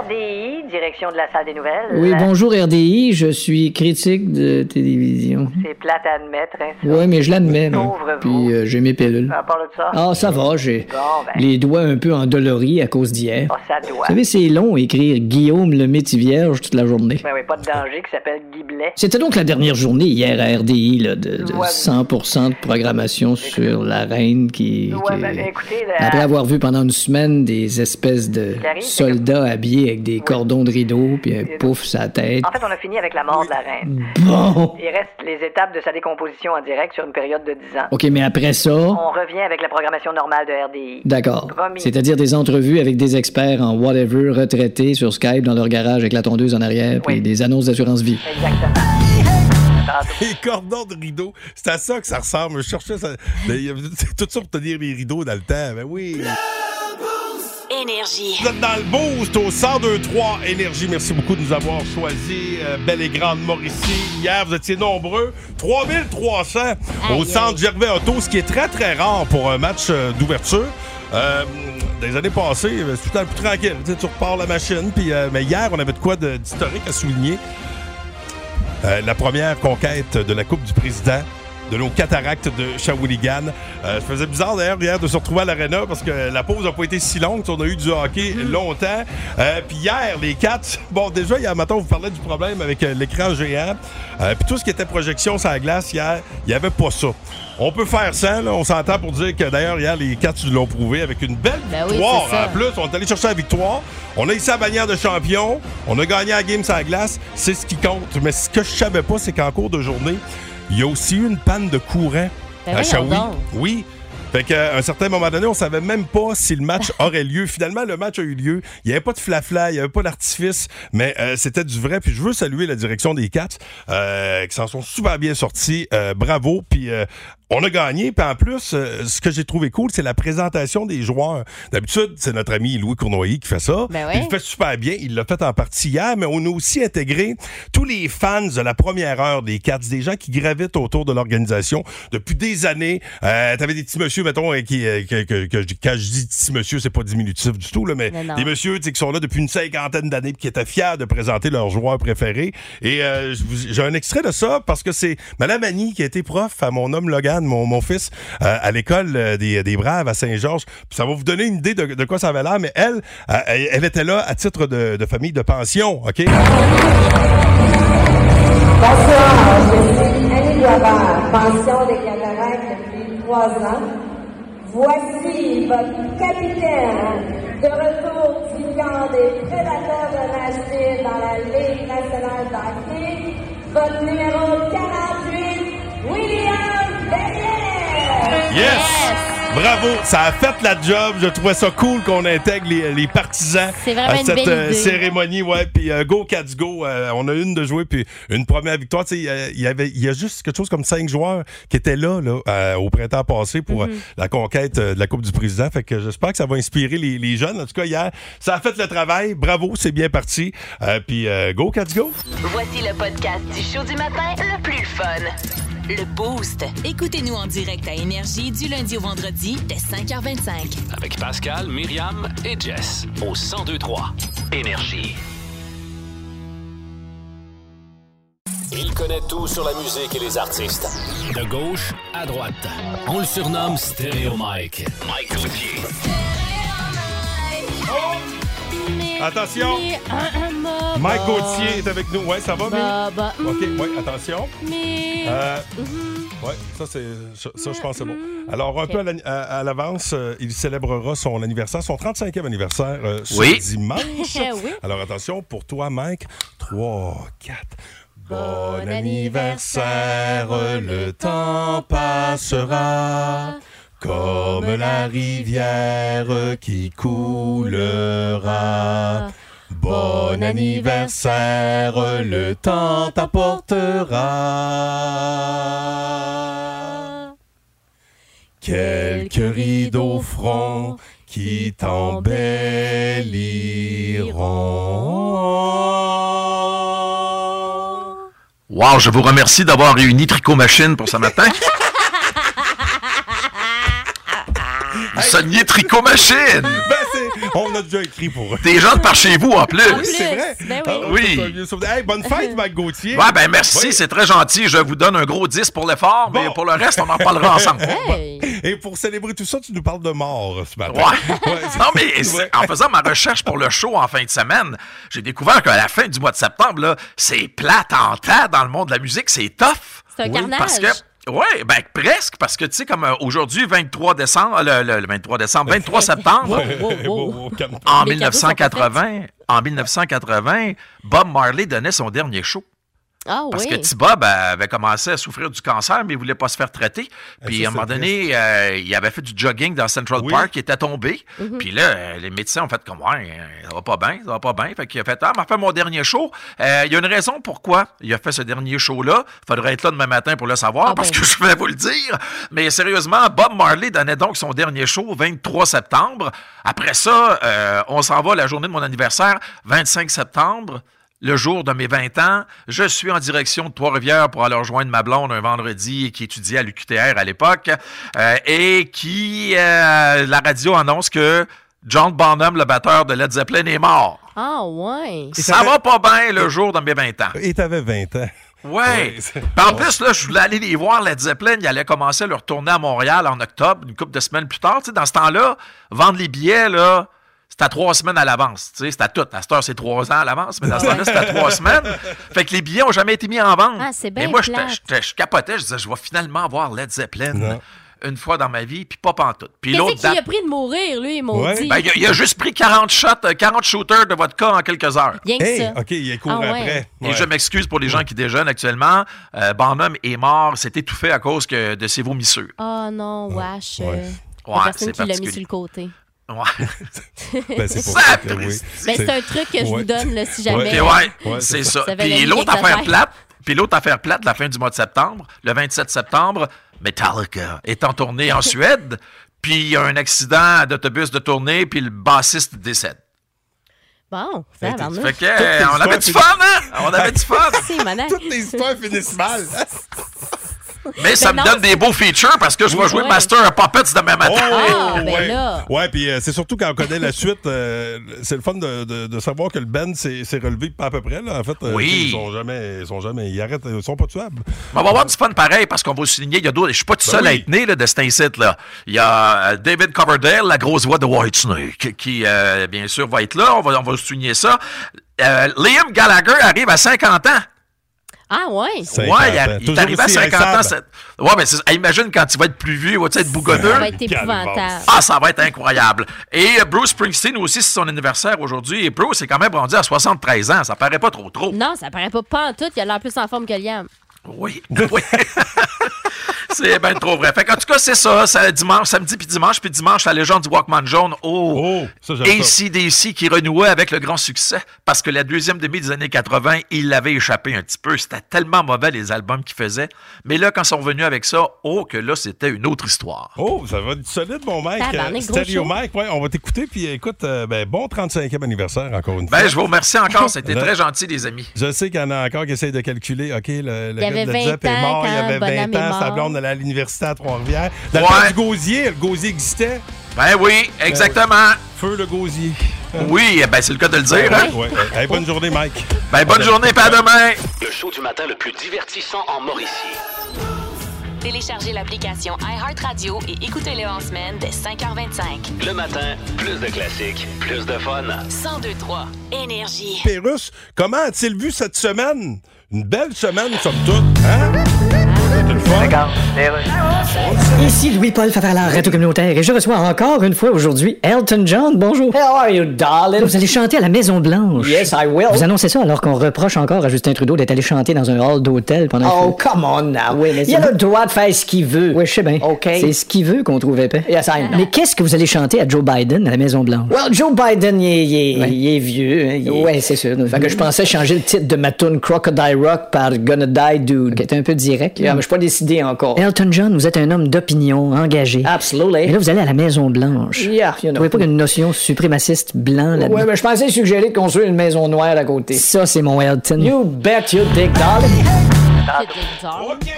Speaker 12: RDI, direction de la salle des nouvelles.
Speaker 5: Oui, bonjour RDI, je suis critique de télévision.
Speaker 12: C'est plate à admettre. Hein, ça.
Speaker 5: Oui, mais je l'admets. là.
Speaker 12: Pauvre
Speaker 5: Puis euh, j'ai mes pilules.
Speaker 12: À part de ça.
Speaker 5: Ah, ça va, j'ai
Speaker 12: Bon, ben.
Speaker 5: les doigts un peu endoloris à cause d'hier.
Speaker 12: Ah, ça doit.
Speaker 5: Vous savez, c'est long écrire Guillaume le métier vierge toute la journée.
Speaker 12: Ben oui, pas de danger qui s'appelle Guy Blais.
Speaker 5: C'était donc la dernière journée hier à RDI là, de, de
Speaker 12: Ouais.
Speaker 5: 100% de programmation sur la reine qui,
Speaker 12: Ouais,
Speaker 5: qui-
Speaker 12: ben écoutez, là,
Speaker 5: Après avoir vu pendant une semaine des espèces de
Speaker 12: Larry, c'est
Speaker 5: soldats habillés avec des cordons de rideau puis un pouf sa tête.
Speaker 12: en fait, on a fini avec la mort de la reine.
Speaker 5: Bon.
Speaker 12: Il reste les étapes de sa décomposition en direct sur une période de 10 ans.
Speaker 5: OK, mais après ça,
Speaker 12: On revient avec la programmation normale de RDI.
Speaker 5: d'accord.
Speaker 12: Promis.
Speaker 5: C'est-à-dire des entrevues avec des experts en whatever retraités sur Skype dans leur garage avec la tondeuse en arrière puis des annonces d'assurance vie.
Speaker 3: Les cordons de rideaux, c'est à ça que ça ressemble. Je cherchais ça. Mais il y avait- C'est tout ça pour tenir les rideaux dans le temps. Ben oui.
Speaker 1: Énergie.
Speaker 3: Vous êtes dans le boost au 1023 Énergie. Merci beaucoup de nous avoir choisi. euh, belle et grande Mauricie. Hier, vous étiez nombreux. 3300 au centre Gervais Auto, ce qui est très, très rare pour un match euh, d'ouverture. Euh, des années passées, euh, c'est tout le temps plus tranquille. Tu, sais, tu repars la machine. Puis, euh, mais hier, on avait de quoi de- d'historique à souligner. Euh, la première conquête de la Coupe du Président de nos cataractes de Shawinigan. Euh, ça faisait bizarre d'ailleurs hier de se retrouver à l'aréna parce que la pause n'a pas été si longue. On a eu du hockey
Speaker 13: Mm.
Speaker 3: longtemps. Euh, Puis hier, les Cats, bon déjà hier matin, on vous parlait du problème avec euh, l'écran géant. Euh, Puis tout ce qui était projection sur la glace hier, il n'y avait pas ça. On peut faire ça, là. on s'entend pour dire que d'ailleurs hier, les Cats l'ont prouvé avec une belle
Speaker 13: Ben oui,
Speaker 3: victoire
Speaker 13: c'est ça.
Speaker 3: en plus. On est allé chercher la victoire. On a ici la bannière de champion. On a gagné la game sur la glace. C'est ce qui compte. Mais ce que je savais pas, c'est qu'en cours de journée, il y a aussi eu une panne de courant
Speaker 13: Ben voyons
Speaker 3: à Shawi.
Speaker 13: donc.
Speaker 3: Oui. Fait qu'à un certain moment donné, on savait même pas si le match aurait lieu. Finalement, le match a eu lieu. Il n'y avait pas de flafla, il n'y avait pas d'artifice, mais euh, c'était du vrai. Puis je veux saluer la direction des Cats, euh, qui s'en sont super bien sortis. Euh, bravo. Puis euh, On a gagné, puis en plus, euh, ce que j'ai trouvé cool, c'est la présentation des joueurs. D'habitude, c'est notre ami Louis Cournoyer qui fait ça.
Speaker 6: Ben ouais.
Speaker 3: Puis Il le fait super bien. Il l'a fait en partie hier, mais on a aussi intégré tous les fans de la première heure des Cats, des gens qui gravitent autour de l'organisation depuis des années. Euh, T'avais des petits messieurs, mettons, euh, qui, euh, que, que- que je- quand je dis petits messieurs, c'est pas diminutif du tout, là, mais
Speaker 13: Mais non.
Speaker 3: des messieurs tu sais, qui sont là depuis une cinquantaine d'années puis qui étaient fiers de présenter leurs joueurs préférés. Et euh, je vous- j'ai un extrait de ça parce que c'est Madame Annie qui a été prof à mon homme Logan, mon, mon fils, euh, à l'école euh, des, des Braves à Saint-Georges. Puis Ça va vous donner une idée de, de quoi ça avait l'air, mais elle, euh, elle, elle était là à titre de, de famille de pension, OK?
Speaker 14: Bonsoir, je suis Annie Boisvert, pension des cataractes depuis trois ans. Voici votre capitaine de retour du camp des prédateurs de Nashville dans la Ligue nationale d'hockey, votre numéro 48, William Davies!
Speaker 3: Yes! Bravo! Ça a fait la job. Je trouvais ça cool qu'on intègre les, les partisans
Speaker 6: C'est vraiment
Speaker 3: à
Speaker 6: une
Speaker 3: cette euh,
Speaker 6: belle idée.
Speaker 3: cérémonie. Ouais. Puis euh, go, Cats, go. Euh, on a une de jouer, puis une première victoire. Tu sais, Il y, a- il y avait, il y a juste quelque chose comme cinq joueurs qui étaient là, là euh, au printemps passé pour
Speaker 6: Mm-hmm.
Speaker 3: euh,
Speaker 13: Mhm.
Speaker 3: la conquête euh, de la Coupe du Président. Fait que j'espère que ça va inspirer les, les jeunes. En tout cas, hier, ça a fait le travail. Bravo, c'est bien parti. Euh, puis euh, go, Cats, go!
Speaker 1: Voici le podcast du show du matin le plus fun.
Speaker 15: Le Boost. Écoutez-nous en direct à Énergie du lundi au vendredi dès 5h25.
Speaker 2: Avec Pascal, Myriam et Jess au 1023 Énergie. Il connaît tout sur la musique et les artistes. De gauche à droite. On le surnomme Stéréo Mike. Mike Gauthier.
Speaker 3: Attention. Mike Gauthier est avec nous. Ouais, ça va,
Speaker 6: Bah,
Speaker 3: Mimi?
Speaker 6: bah,
Speaker 3: OK, ouais, attention.
Speaker 6: Mais.
Speaker 3: Euh, ouais, ça, c'est, ça, ça, je pense que c'est bon. Alors, un
Speaker 6: Ok.
Speaker 3: peu à l'an- à, à l'avance, euh, il célébrera son anniversaire, son 35e anniversaire euh, ce
Speaker 2: Oui.
Speaker 3: dimanche.
Speaker 6: Eh Oui.
Speaker 3: Alors, attention, pour toi, Mike, 3, 4. Bon,
Speaker 13: anniversaire,
Speaker 3: le temps passera comme la rivière qui coulera. Bon anniversaire, le temps t'apportera. Quelques rideaux francs qui t'embelliront.
Speaker 16: Wow, je vous remercie d'avoir réuni Tricot Machine pour ce matin. Vous sonniez Tricot Machine!
Speaker 3: Ben, c'est- on a déjà écrit pour eux.
Speaker 16: Des gens de par chez vous, en plus.
Speaker 3: Oui, c'est vrai.
Speaker 16: Ben oui.
Speaker 3: Ah,
Speaker 16: Oui. Uh-huh.
Speaker 3: c'est un vieux souvenir. Hey, bonne fête, Mike Gauthier.
Speaker 16: Ouais, ben merci, c'est très gentil. Je vous donne un gros 10 pour l'effort, mais pour le reste, on en parlera ensemble.
Speaker 3: Et pour célébrer tout ça, tu nous parles de mort ce matin.
Speaker 16: Ouais. Bah, non, mais c'est- en faisant ma recherche pour le show en fin de semaine, j'ai découvert qu'à la fin du mois de septembre, là, c'est plate en tas dans le monde de la musique, c'est tough.
Speaker 6: C'est un carnage.
Speaker 16: Parce que, ouais, ben presque, parce que tu sais, comme euh, aujourd'hui, 23 décembre, euh, le, le- le 23 décembre, 23 septembre,
Speaker 3: Oh,
Speaker 16: en
Speaker 13: Les cadeaux sont pas
Speaker 16: 1980, en 1980, Bob Marley donnait son dernier show.
Speaker 6: Ah oui.
Speaker 16: Parce que T-Bob euh, avait commencé à souffrir du cancer, mais il voulait pas se faire traiter. Puis à un moment donné, euh, il avait fait du jogging dans Central Park, il était tombé.
Speaker 13: Mhm.
Speaker 16: Puis là, euh, les médecins ont fait comme Ouais, euh, ça va pas bien, ça va pas bien. Fait qu'il a fait Ah, m'a fait mon dernier show. Euh, Il y a une raison pourquoi il a fait ce dernier show-là. Faudrait être là demain matin pour le savoir, parce que je vais vous le dire. Mais sérieusement, Bob Marley donnait donc son dernier show 23 septembre. Après ça, euh, on s'en va la journée de mon anniversaire, 25 septembre. Le jour de mes 20 ans, je suis en direction de Trois-Rivières pour aller rejoindre ma blonde un vendredi qui étudiait à l'UQTR à l'époque euh, et qui, euh, la radio annonce que John Bonham, le batteur de Led Zeppelin, est mort.
Speaker 6: Ah, ouais.
Speaker 16: Ça va pas bien le jour de mes 20 ans.
Speaker 3: Et t'avais 20 ans.
Speaker 16: Ouais. Puis en plus, là, je voulais aller les voir, Led Zeppelin. Ils allaient commencer leur tournée à Montréal en octobre, une couple de semaines plus tard. Tu sais, dans ce temps-là, vendre les billets, là, c'était à trois semaines à l'avance. Tu sais, C'était à tout. À cette heure, c'est trois ans à l'avance, mais dans ce temps-là, c'était à trois semaines. Fait que les billets ont jamais été mis en vente.
Speaker 6: Ah, c'est bien
Speaker 16: Et moi, j'étais-
Speaker 6: plate.
Speaker 16: j'étais- je capotais. Je disais, je vais finalement voir Led Zeppelin une fois dans ma vie, puis pas pantoute. Puis
Speaker 6: Qu'est-ce
Speaker 16: l'autre
Speaker 6: qu'il
Speaker 16: date.
Speaker 6: a pris de mourir, lui, maudit?
Speaker 16: Ben, il, a, il a juste pris 40 shots, euh, 40 shooters de vodka en quelques heures.
Speaker 6: Rien que Hey, ça. OK, il est court Ah ouais. après.
Speaker 16: Et je m'excuse pour les gens qui déjeunent actuellement. Euh, Barnum est mort, s'est étouffé à cause que de ses vomissures.
Speaker 6: Ah non, wesh. euh, la
Speaker 16: Ouais,
Speaker 6: personne
Speaker 16: c'est
Speaker 6: qui l'a mis
Speaker 16: particulier.
Speaker 6: sur le côté.
Speaker 16: Ouais.
Speaker 6: Ben,
Speaker 16: c'est pour ça que oui.
Speaker 6: c'est un truc que je vous
Speaker 16: Ouais.
Speaker 6: donne, là, si jamais.
Speaker 16: Puis ouais, c'est ça.
Speaker 6: Vous avez la
Speaker 16: Puis
Speaker 6: ligne
Speaker 16: l'autre
Speaker 6: avec la
Speaker 16: affaire
Speaker 6: tête.
Speaker 16: plate, puis l'autre affaire plate, la fin du mois de septembre, le 27 septembre, Metallica est en tournée en Suède, puis il y a un accident d'autobus de tournée, puis le bassiste décède.
Speaker 6: Bon, ça va.
Speaker 16: Eh, Fait que, euh, on avait du fun, hein? On avait du fun!
Speaker 6: C'est malade.
Speaker 3: Toutes les histoires finissent mal.
Speaker 16: Mais ça
Speaker 6: Ben
Speaker 16: me
Speaker 6: non,
Speaker 16: donne des beaux features parce que je vais jouer
Speaker 6: Ouais.
Speaker 16: Master à Puppets demain matin.
Speaker 6: Ah, ben là.
Speaker 3: Ouais, puis euh, c'est surtout quand on connaît la suite, euh, c'est le fun de, de- de savoir que le band s'est s'est relevé pas à peu près. Là. En fait, euh,
Speaker 16: Oui.
Speaker 3: ils sont jamais, ils sont jamais, ils arrêtent, ils sont pas tuables.
Speaker 16: Mais on va avoir du fun pareil parce qu'on va souligner, il y a d'autres. Je suis pas tout
Speaker 3: Ben
Speaker 16: seul à
Speaker 3: oui.
Speaker 16: être né là, de cet incite là. Il y a euh, David Coverdale, la grosse voix de Whitesnake, qui euh, bien sûr va être là. On va, on va souligner ça. Euh, Liam Gallagher arrive à 50 ans.
Speaker 6: Ah, ouais.
Speaker 16: Ouais, il, a- il est arrivé à 50 ans. c'est- Ouais, mais c'est- imagine quand il va être plus vieux, il va être bougonneux.
Speaker 6: Ça va être épouvantable.
Speaker 16: Ah, ça va être incroyable. Et euh, Bruce Springsteen aussi, c'est son anniversaire aujourd'hui. Et Bruce est quand même rendu à 73 ans. Ça paraît pas trop trop.
Speaker 6: Non, ça paraît pas pantoute. Il a l'air plus en forme que Liam.
Speaker 16: Oui, oui. c'est bien trop vrai. Fait qu'en tout cas, c'est ça. ça dimanche, samedi puis dimanche, puis dimanche, la légende du Walkman jaune. Oh,
Speaker 3: j'aime ça.
Speaker 16: ACDC qui renouait avec le grand succès parce que la deuxième demi des années 80, il l'avait échappé un petit peu. C'était tellement mauvais les albums qu'il faisait. Mais là, quand ils sont revenus avec ça, oh, que là, c'était une autre histoire.
Speaker 3: Oh, ça va être solide, mon mec.
Speaker 16: Tabarnak, gros
Speaker 3: Stéréo
Speaker 16: show.
Speaker 3: euh, Mike, ouais, on va t'écouter. Puis écoute, euh, ben, bon 35e anniversaire, encore une
Speaker 16: Ben,
Speaker 3: fois.
Speaker 16: je vous remercie encore. C'était
Speaker 3: Là,
Speaker 16: très gentil, les amis.
Speaker 3: Je sais qu'il y en a encore qui essayent de calculer. OK, le, le
Speaker 16: Il y
Speaker 3: gars
Speaker 16: avait
Speaker 3: de
Speaker 16: 20
Speaker 3: Jep est mort,
Speaker 16: ans
Speaker 3: il y avait
Speaker 16: quand
Speaker 3: 20
Speaker 16: Bonhomme est
Speaker 3: ans, sa
Speaker 16: mort.
Speaker 3: blonde allait à l'université à Trois-Rivières. Dans le
Speaker 16: Ouais.
Speaker 3: temps du gosier, le gosier existait. Ben
Speaker 16: Ben oui, exactement.
Speaker 3: Feu le gosier.
Speaker 16: Oui, ben, c'est le cas de le dire. hein.
Speaker 3: Ouais, ouais. Hey, bonne journée, Mike.
Speaker 16: Ben, bonne journée, pas à demain.
Speaker 2: Le show du matin le plus divertissant en Mauricie.
Speaker 1: Téléchargez l'application iHeartRadio et écoutez-le en semaine dès 5h25.
Speaker 2: Le matin, plus de classiques, plus de fun.
Speaker 1: 1023 Énergie.
Speaker 3: Pérus, comment a-t-il vu cette semaine? Une belle semaine, somme toute. Hein? C'était le fun.
Speaker 17: Ici Louis-Paul Favarlard, Radio Communautaire, et je reçois encore une fois aujourd'hui Elton John. Bonjour. How are you, darling? Vous allez chanter à la Maison Blanche. Yes, I will. Vous annoncez ça alors qu'on reproche encore à Justin Trudeau d'être allé chanter dans un hall d'hôtel pendant
Speaker 18: Oh,
Speaker 17: que... come on now. Oui, mais Il a le droit de faire ce qu'il veut. Oui, je sais bien. OK. C'est ce qu'il veut qu'on trouve épais. Yes, I Mais qu'est-ce que vous allez chanter à Joe Biden à la Maison Blanche?
Speaker 18: Well, Joe Biden, il est, il est-
Speaker 17: Ouais.
Speaker 18: il est vieux. hein, il est-
Speaker 17: Ouais, c'est sûr.
Speaker 18: Fait que je pensais changer le titre de ma tune Crocodile Rock par Gonna Die Dude. Ok, t'es un peu direct.
Speaker 17: là.
Speaker 18: mais je suis pas décidé encore.
Speaker 17: Elton John, vous êtes un homme d'opinion, engagé. Absolutely. Mais là, vous allez à la Maison Blanche.
Speaker 18: Yeah, you
Speaker 17: Vous
Speaker 18: know.
Speaker 17: trouvez pas qu'il y a une notion suprémaciste blanc là-dedans?
Speaker 18: Ouais, mais je pensais suggérer de construire une maison noire à côté.
Speaker 17: Ça, c'est mon Elton.
Speaker 18: You bet you dick, darling.
Speaker 1: OK.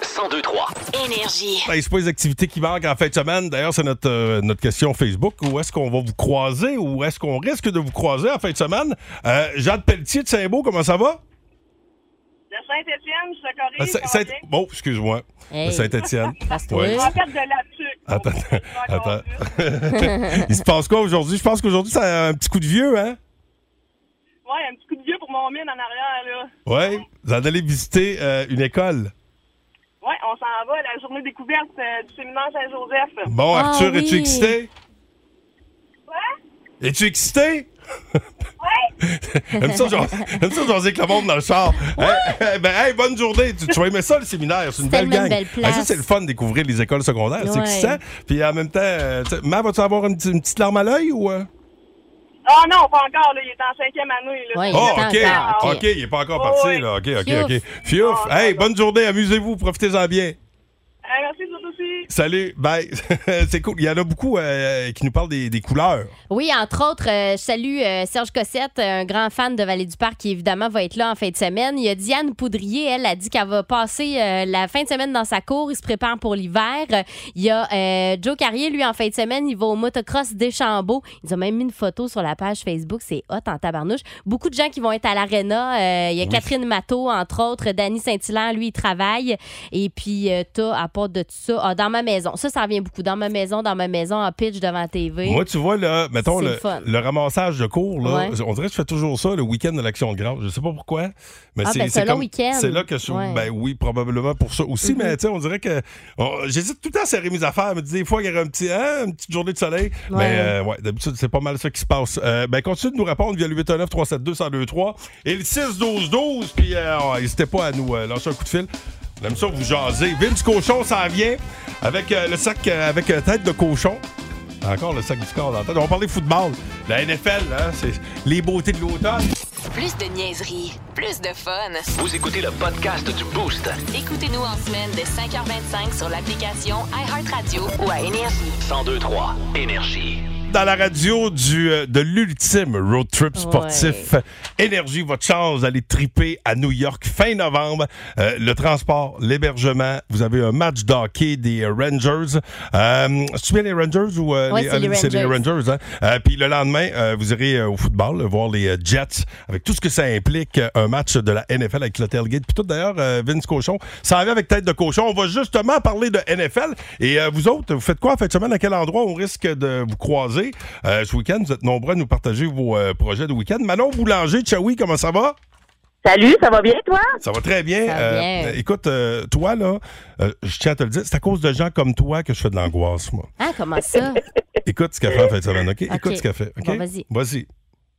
Speaker 2: 1023
Speaker 1: Énergie.
Speaker 3: Ben, c'est pas les activités qui manquent en fin de semaine. D'ailleurs, c'est notre, euh, notre question Facebook. Où est-ce qu'on va vous croiser? Où est-ce qu'on risque de vous croiser en fin de semaine? Euh, Jade Pelletier de Saint-Beau, comment ça va?
Speaker 10: De Saint-Étienne, je te
Speaker 3: Euh,
Speaker 10: corrige.
Speaker 3: Saint- Saint- bon, excuse-moi.
Speaker 10: Hey.
Speaker 3: Saint-Étienne. Ouais.
Speaker 10: En fait, de là-dessus.
Speaker 3: Attends, attends. Il se passe quoi aujourd'hui? Je pense qu'aujourd'hui, c'est un petit coup de vieux, hein?
Speaker 10: Ouais, un petit coup de vieux pour mon mine en arrière, là.
Speaker 3: Oui. Vous en allez visiter euh, une école.
Speaker 10: Ouais, on s'en va à la journée découverte euh, du séminaire Saint-Joseph.
Speaker 3: Bon, Arthur, es-tu excité? Es-tu excité? J'aime ça, j'en- j'aime ça jaser avec le monde dans le char. Hey, ben, hey, bonne journée. Tu, tu vas aimer ça, le séminaire. C'est une
Speaker 6: C'est
Speaker 3: belle
Speaker 6: tellement
Speaker 3: gang.
Speaker 6: une belle place.
Speaker 3: Ah, ça, c'est le fun de découvrir les écoles secondaires. C'est
Speaker 6: Ouais.
Speaker 3: excitant. Puis en même temps, euh, tu sais, Ma, vas-tu avoir une, petite- une petite larme à l'œil ou. euh?
Speaker 10: Ah non, pas encore, là. Il est en cinquième année, là.
Speaker 3: Ah, OK. OK, il n'est pas encore parti,
Speaker 10: Ouais. Ah,
Speaker 3: là. OK, OK,
Speaker 10: Fiouf.
Speaker 3: OK. Fiouf. Hey, bonne journée. Amusez-vous. Profitez-en bien.
Speaker 10: Euh, merci, vous aussi.
Speaker 3: Salut. Bye. c'est cool. Il y en a beaucoup euh, qui nous parlent des, des couleurs.
Speaker 6: Oui, entre autres, euh, je salue euh, Serge Cossette, un grand fan de Vallée du Parc qui évidemment va être là en fin de semaine. Il y a Diane Poudrier, elle a dit qu'elle va passer euh, la fin de semaine dans sa cour, il se prépare pour l'hiver. Euh, Il y a euh, Joe Carrier, lui, en fin de semaine, il va au motocross d'Échambault. Ils ont même mis une photo sur la page Facebook, c'est hot en tabarnouche. Beaucoup de gens qui vont être à l'aréna. Euh, il y a
Speaker 19: Oui.
Speaker 6: Catherine Matteau, entre autres, Danny Saint-Hilaire, lui, il travaille. Et puis, euh, t'as, à part de tout ça, ah, dans ma maison. Ça, ça en vient beaucoup. Dans ma maison, dans ma maison, en pitch devant la TV.
Speaker 3: Moi, tu vois, là, mettons,
Speaker 6: C'est
Speaker 3: le,
Speaker 6: le fun.
Speaker 3: le ramassage de cours, là,
Speaker 6: Ouais.
Speaker 3: on dirait que je fais toujours ça le week-end de l'Action de grâce. Je sais pas pourquoi, mais
Speaker 6: Ah,
Speaker 3: c'est
Speaker 6: ben,
Speaker 3: c'est
Speaker 6: selon
Speaker 3: comme-
Speaker 6: week-end.
Speaker 3: C'est là que je.
Speaker 6: Ouais.
Speaker 3: Ben oui, probablement pour ça aussi,
Speaker 6: Mhm.
Speaker 3: mais tu sais, on dirait que. on- J'hésite tout le temps à serrer mes affaires. Mais des fois, il y aurait un petit, hein, une petite journée de soleil.
Speaker 6: Ouais.
Speaker 3: Mais euh, ouais, d'habitude, c'est pas mal ça qui se passe. Euh, ben, continue de nous répondre via le 819 372 1023 et le 6-12-12. Puis, euh, ouais, n'hésitez pas à nous euh, lancer un coup de fil. On aime ça vous jaser. Vince Cochon, ça vient avec euh, le sac euh, avec euh, tête de cochon. Encore le sac du corps dans la tête. On va parler football. La NFL, hein, c'est les beautés de l'automne.
Speaker 1: Plus de niaiserie, plus de fun.
Speaker 2: Vous écoutez le podcast du Boost.
Speaker 1: Écoutez-nous en semaine de 5h25 sur l'application iHeartRadio ou à Énergie.
Speaker 2: 1023 Énergie.
Speaker 3: Dans la radio du, euh, de l'ultime road trip sportif, Énergie, votre chance d'aller triper à New York fin novembre. Euh, le transport, l'hébergement, vous avez un match d'hockey des euh, Rangers. Euh, tu bien les Rangers ou euh,
Speaker 2: Ouais, c'est les
Speaker 3: c'est les
Speaker 2: Rangers.
Speaker 3: Rangers, hein? Euh, Puis le lendemain, euh, vous irez euh, au football, euh, voir les euh, Jets, avec tout ce que ça implique, euh, un match de la NFL avec le tailgate. Puis tout d'ailleurs, euh, Vince Cochon, ça arrive avec tête de cochon. On va justement parler de NFL. Et euh, vous autres, vous faites quoi en fin de semaine? À quel endroit on risque de vous croiser Euh, ce week-end? Vous êtes nombreux à nous partager vos euh, projets de week-end. Manon Boulanger, Chaoui, comment ça va?
Speaker 19: Salut, ça va bien, toi?
Speaker 3: Ça va très bien.
Speaker 19: Ça va
Speaker 3: Euh,
Speaker 19: bien.
Speaker 3: écoute, euh, toi, là, euh, je tiens à te le dire, c'est à cause de gens comme toi que je fais de l'angoisse, moi.
Speaker 6: Ah, comment ça?
Speaker 3: Écoute ce qu'elle fait en fin de semaine, OK?
Speaker 6: Ok.
Speaker 3: Écoute ce qu'elle fait, OK?
Speaker 6: Bon, vas-y.
Speaker 3: Vas-y.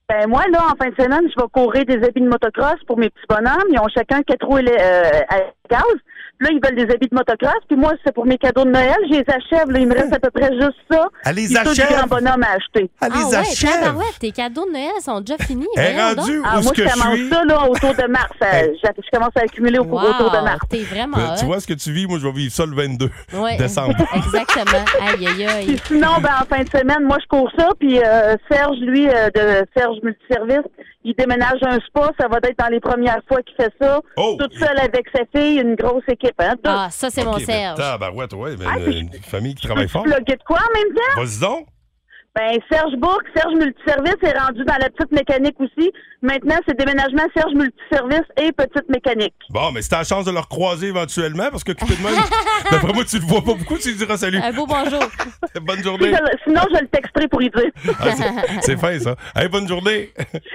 Speaker 19: Ben moi, là, en fin de semaine, je vais courir des habits de motocross pour mes petits bonhommes. Ils ont chacun quatre roues éle- euh, à gaz. Puis Là, ils veulent des habits de motocross. Puis moi, c'est pour mes cadeaux de Noël. Je les achève. Là, il me reste à peu près juste ça.
Speaker 3: Elle Ah, les
Speaker 19: Puis tout du
Speaker 3: achève!
Speaker 19: grand bonhomme à acheter.
Speaker 3: Elle les
Speaker 6: ah ouais,
Speaker 3: achève!
Speaker 6: tabarouette, tes cadeaux de Noël sont déjà finis.
Speaker 3: Elle est
Speaker 6: voyons donc.
Speaker 3: rendue
Speaker 19: Ah, moi,
Speaker 3: où ce que
Speaker 19: je
Speaker 3: je
Speaker 19: commence
Speaker 3: suis.
Speaker 19: ça là, autour de mars. Euh, je, je commence à accumuler au
Speaker 6: Wow,
Speaker 19: autour de mars.
Speaker 6: t'es vraiment
Speaker 3: Euh, tu
Speaker 6: hot.
Speaker 3: vois ce que tu vis? Moi, je vais vivre ça le 22
Speaker 6: Ouais.
Speaker 3: décembre.
Speaker 6: Exactement. Aïe, aïe, aïe.
Speaker 19: Puis sinon, ben, en fin de semaine, moi, je cours ça. Puis euh, Serge, lui, euh, de Serge Multiservice, il déménage un spa. Ça va être dans les premières fois qu'il fait ça. Toute seule avec sa fille, une grosse équipe. Hein? Deux.
Speaker 6: Ah, ça, c'est mon
Speaker 3: Oh! Ok, ben,
Speaker 6: Serge.
Speaker 3: tabarouette, ouais, mais une, une famille qui travaille fort.
Speaker 19: Plugger de quoi en même temps?
Speaker 3: Vas-y donc.
Speaker 19: Ben, Serge Bourque, Serge Multiservice est rendu dans la petite mécanique aussi. Maintenant, c'est déménagement Serge Multiservice et petite mécanique.
Speaker 3: Bon, mais si t'as la chance de le recroiser éventuellement, parce que occupé de même, d'après moi, tu le vois pas beaucoup, tu lui diras salut.
Speaker 6: Un beau bonjour.
Speaker 3: bonne
Speaker 19: Si
Speaker 3: journée.
Speaker 19: je le- sinon, je le texterai pour y dire.
Speaker 3: Oh, ben. Ah, c'est- c'est fin, ça. Hey, bonne journée.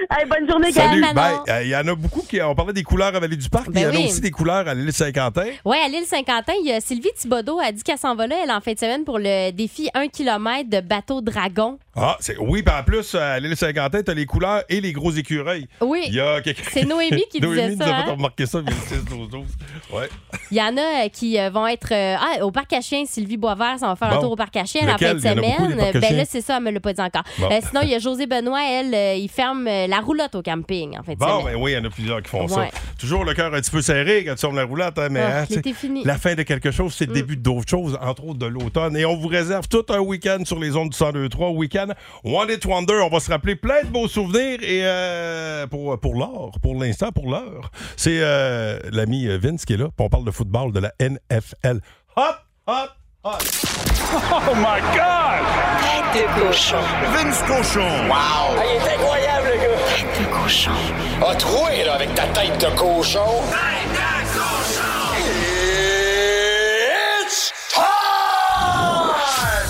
Speaker 19: Hey, bonne journée, Gaël.
Speaker 3: Salut. Bye. Euh, Il y en a beaucoup qui. On parlait des couleurs à Vallée du Parc, mais il y en a
Speaker 6: Ben oui.
Speaker 3: aussi des couleurs à l'île Saint-Quentin.
Speaker 6: Oui, à l'île Saint-Quentin, il y a Sylvie Thibodeau a dit qu'elle s'en va là, elle, en fin de semaine, pour le défi 1 km de bateau dragon.
Speaker 3: Ah, c'est oui, puis en plus, à l'île Saint-Quentin, t'as les couleurs et les gros écureuils.
Speaker 6: Oui.
Speaker 3: Il y a quelqu'un-
Speaker 6: C'est Noémie qui disait
Speaker 3: Noémie
Speaker 6: ça,
Speaker 3: nous a
Speaker 6: hein?
Speaker 3: fait remarquer ça, mais le 6 12 12. Ouais.
Speaker 6: Il y en a euh, qui euh, vont être euh, ah, au parc à chiens. Sylvie Boisvert, ça va faire un
Speaker 3: Bon.
Speaker 6: tour au parc à chiens en fin
Speaker 3: Lequel?
Speaker 6: de
Speaker 3: Il y en a beaucoup,
Speaker 6: semaine.
Speaker 3: des parcs à
Speaker 6: ben
Speaker 3: chiens.
Speaker 6: là, c'est ça, elle me l'a pas dit encore.
Speaker 3: Bon.
Speaker 6: Euh, sinon, il y a José Benoît, elle, euh, il ferme euh, la roulotte au camping en fin de
Speaker 3: Bon,
Speaker 6: semaine.
Speaker 3: ben oui, il y en a plusieurs qui font
Speaker 6: Ouais.
Speaker 3: ça. Toujours le cœur un petit peu serré quand tu tournes la roulette, hein, mais
Speaker 6: Ah,
Speaker 3: hein, tu
Speaker 6: l'été
Speaker 3: sais,
Speaker 6: fini.
Speaker 3: la fin de quelque chose,
Speaker 6: Mm.
Speaker 3: c'est le début d'autres choses, entre autres de l'automne. Et on vous réserve tout un week-end sur les ondes du 102-3. Week-end One It Wonder, on va se rappeler plein de beaux souvenirs et euh, pour, pour l'heure, pour l'instant, pour l'heure. C'est euh, l'ami Vince qui est là, puis on parle de football, de la NFL. Hop, hop, hop!
Speaker 2: Oh my God! Tête de cochon. Vince cochon. Wow! il est incroyable, le gars! Tête de cochon. A troué, là, avec ta tête de cochon. Tête de cochon! It's time!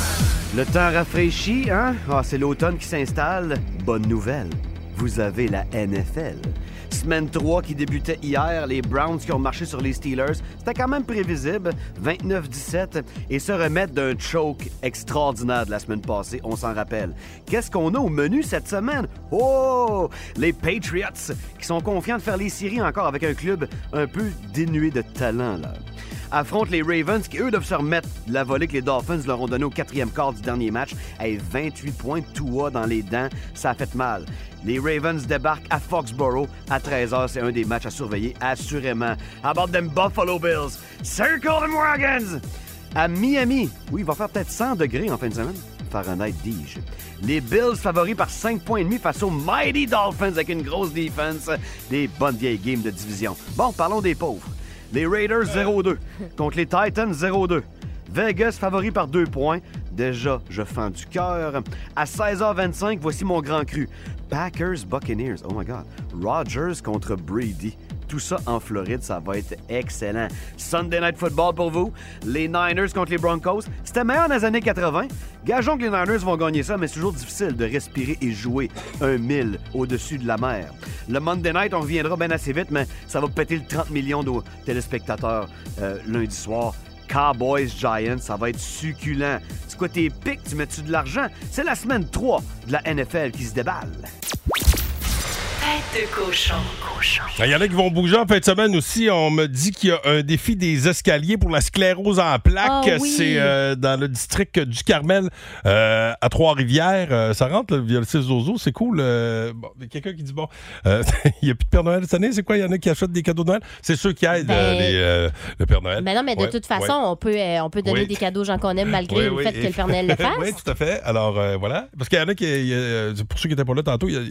Speaker 20: Le temps rafraîchit, hein? Ah, c'est l'automne qui s'installe. Bonne nouvelle. Vous avez la NFL. Semaine 3 qui débutait hier, les Browns qui ont marché sur les Steelers, c'était quand même prévisible, 29-17, et se remettre d'un choke extraordinaire de la semaine passée, on s'en rappelle. Qu'est-ce qu'on a au menu cette semaine? Oh! Les Patriots qui sont confiants de faire les séries encore avec un club un peu dénué de talent, là affrontent les Ravens qui, eux, doivent se remettre de la volée que les Dolphins leur ont donnée au quatrième quart du dernier match. Hey, 28 points de Tua dans les dents, ça a fait mal. Les Ravens débarquent à Foxborough à 13h. C'est un des matchs à surveiller, assurément. About them Buffalo Bills. Circle them wagons! À Miami, oui, il va faire peut-être 100 degrés en fin de semaine. Fahrenheit, dis-je. Les Bills favoris par 5 points et demi face aux Mighty Dolphins avec une grosse défense. Des bonnes vieilles games de division. Bon, parlons des pauvres. Les Raiders 0-2 contre les Titans 0-2. Vegas favori par deux points. Déjà, je fends du cœur. À 16h25, voici mon grand cru. Packers Buccaneers. Oh my God. Rodgers contre Brady. Tout ça en Floride, ça va être excellent. Sunday Night Football pour vous. Les Niners contre les Broncos. C'était meilleur dans les années 80. Gageons que les Niners vont gagner ça, mais c'est toujours difficile de respirer et jouer un mille au-dessus de la mer. Le Monday Night, on reviendra bien assez vite, mais ça va péter le 30 millions de téléspectateurs euh, lundi soir. Cowboys Giants, ça va être succulent. C'est quoi tes pics? Tu mets-tu de l'argent? C'est la semaine 3 de la NFL qui se déballe.
Speaker 1: Tête de cochon.
Speaker 3: Il y en a qui vont bouger Ben, en fin de semaine aussi. On me dit qu'il y a un défi des escaliers pour la sclérose en plaques.
Speaker 2: Ah oui.
Speaker 3: C'est euh, dans le district du Carmel euh, à Trois-Rivières. Euh, ça rentre là, via le 6 Zozo. C'est cool. Euh, bon, il y a quelqu'un qui dit bon, euh, il n'y a plus de Père Noël cette année. C'est quoi Il y en a qui achètent des cadeaux de Noël. C'est ceux qui aident euh,
Speaker 6: Ben-
Speaker 3: les, euh, le Père Noël.
Speaker 6: Mais Ben non, mais de
Speaker 3: Ouais,
Speaker 6: toute façon,
Speaker 3: ouais.
Speaker 6: on, peut, euh, on peut donner
Speaker 3: Oui.
Speaker 6: des cadeaux aux gens qu'on aime malgré le
Speaker 3: Oui, oui,
Speaker 6: fait que le Père Noël le fasse.
Speaker 3: oui, tout à fait. Alors, euh, voilà. Parce qu'il y en a qui. il y a, euh, pour ceux qui n'étaient pas là tantôt, il y a-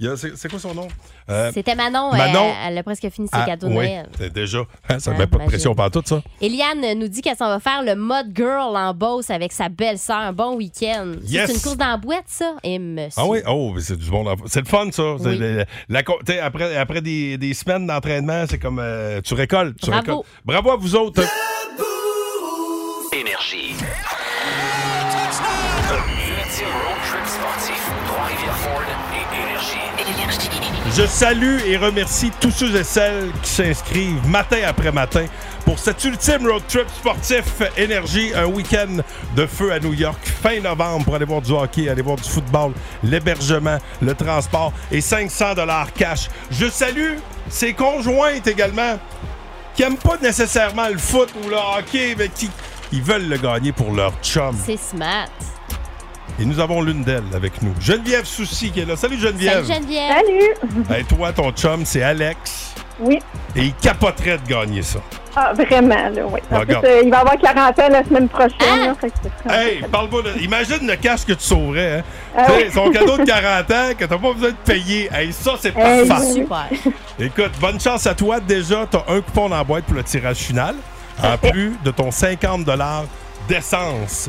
Speaker 3: il y a. C'est c'est quoi son nom Euh,
Speaker 6: C'était Manon, euh,
Speaker 3: Manon.
Speaker 6: elle a presque fini ses
Speaker 3: Ah,
Speaker 6: cadeaux de
Speaker 3: oui,
Speaker 6: Noël.
Speaker 3: c'est déjà. Hein, ça ne
Speaker 6: Ah,
Speaker 3: met pas de
Speaker 6: imagine.
Speaker 3: pression pantoute, ça.
Speaker 6: Eliane nous dit qu'elle s'en va faire le mode girl en Beauce avec sa belle-sœur. Un bon week-end.
Speaker 3: Yes.
Speaker 6: C'est une course dans la boîte, ça? Et monsieur.
Speaker 3: Ah oui, oh, mais c'est du bon. enfant. C'est le fun, ça. C'est
Speaker 6: Oui.
Speaker 3: le- la co- t'sais, après après des, des semaines d'entraînement, c'est comme euh, tu récoltes. Tu
Speaker 2: Bravo.
Speaker 3: récoltes. Bravo à vous autres.
Speaker 2: Énergie. L'ultime road trip sportif. Trois-Rivières Ford et Énergie.
Speaker 3: Je salue et remercie tous ceux et celles qui s'inscrivent matin après matin pour cet ultime road trip sportif énergie, un week-end de feu à New York fin novembre pour aller voir du hockey, aller voir du football, l'hébergement, le transport et 500 dollars cash. Je salue ses conjointes également qui n'aiment pas nécessairement le foot ou le hockey, mais qui ils veulent le gagner pour leur chum.
Speaker 6: C'est smart.
Speaker 3: Et nous avons l'une d'elles avec nous, Geneviève Soucy qui est là. Salut Geneviève.
Speaker 6: Salut Geneviève. Salut.
Speaker 3: Hey, toi, ton chum, c'est Alex.
Speaker 19: Oui.
Speaker 3: Et il capoterait de gagner ça.
Speaker 19: Ah, vraiment, là, oui. En plus,
Speaker 3: Regarde.
Speaker 19: euh, il va avoir 40 ans la semaine prochaine. là, fait que Ah, c'est ça.
Speaker 3: Hey, parle-moi de... Imagine le cash que tu sauverais. Hein.
Speaker 19: Ah
Speaker 3: Tu
Speaker 19: oui.
Speaker 3: sais, Son cadeau de 40 ans que t'as pas besoin de payer. Hey, ça, c'est
Speaker 19: Hey,
Speaker 3: parfait.
Speaker 6: Super.
Speaker 3: Écoute, bonne chance à toi. Déjà, t'as un coupon dans la boîte pour le tirage final. En plus de ton 50 d'essence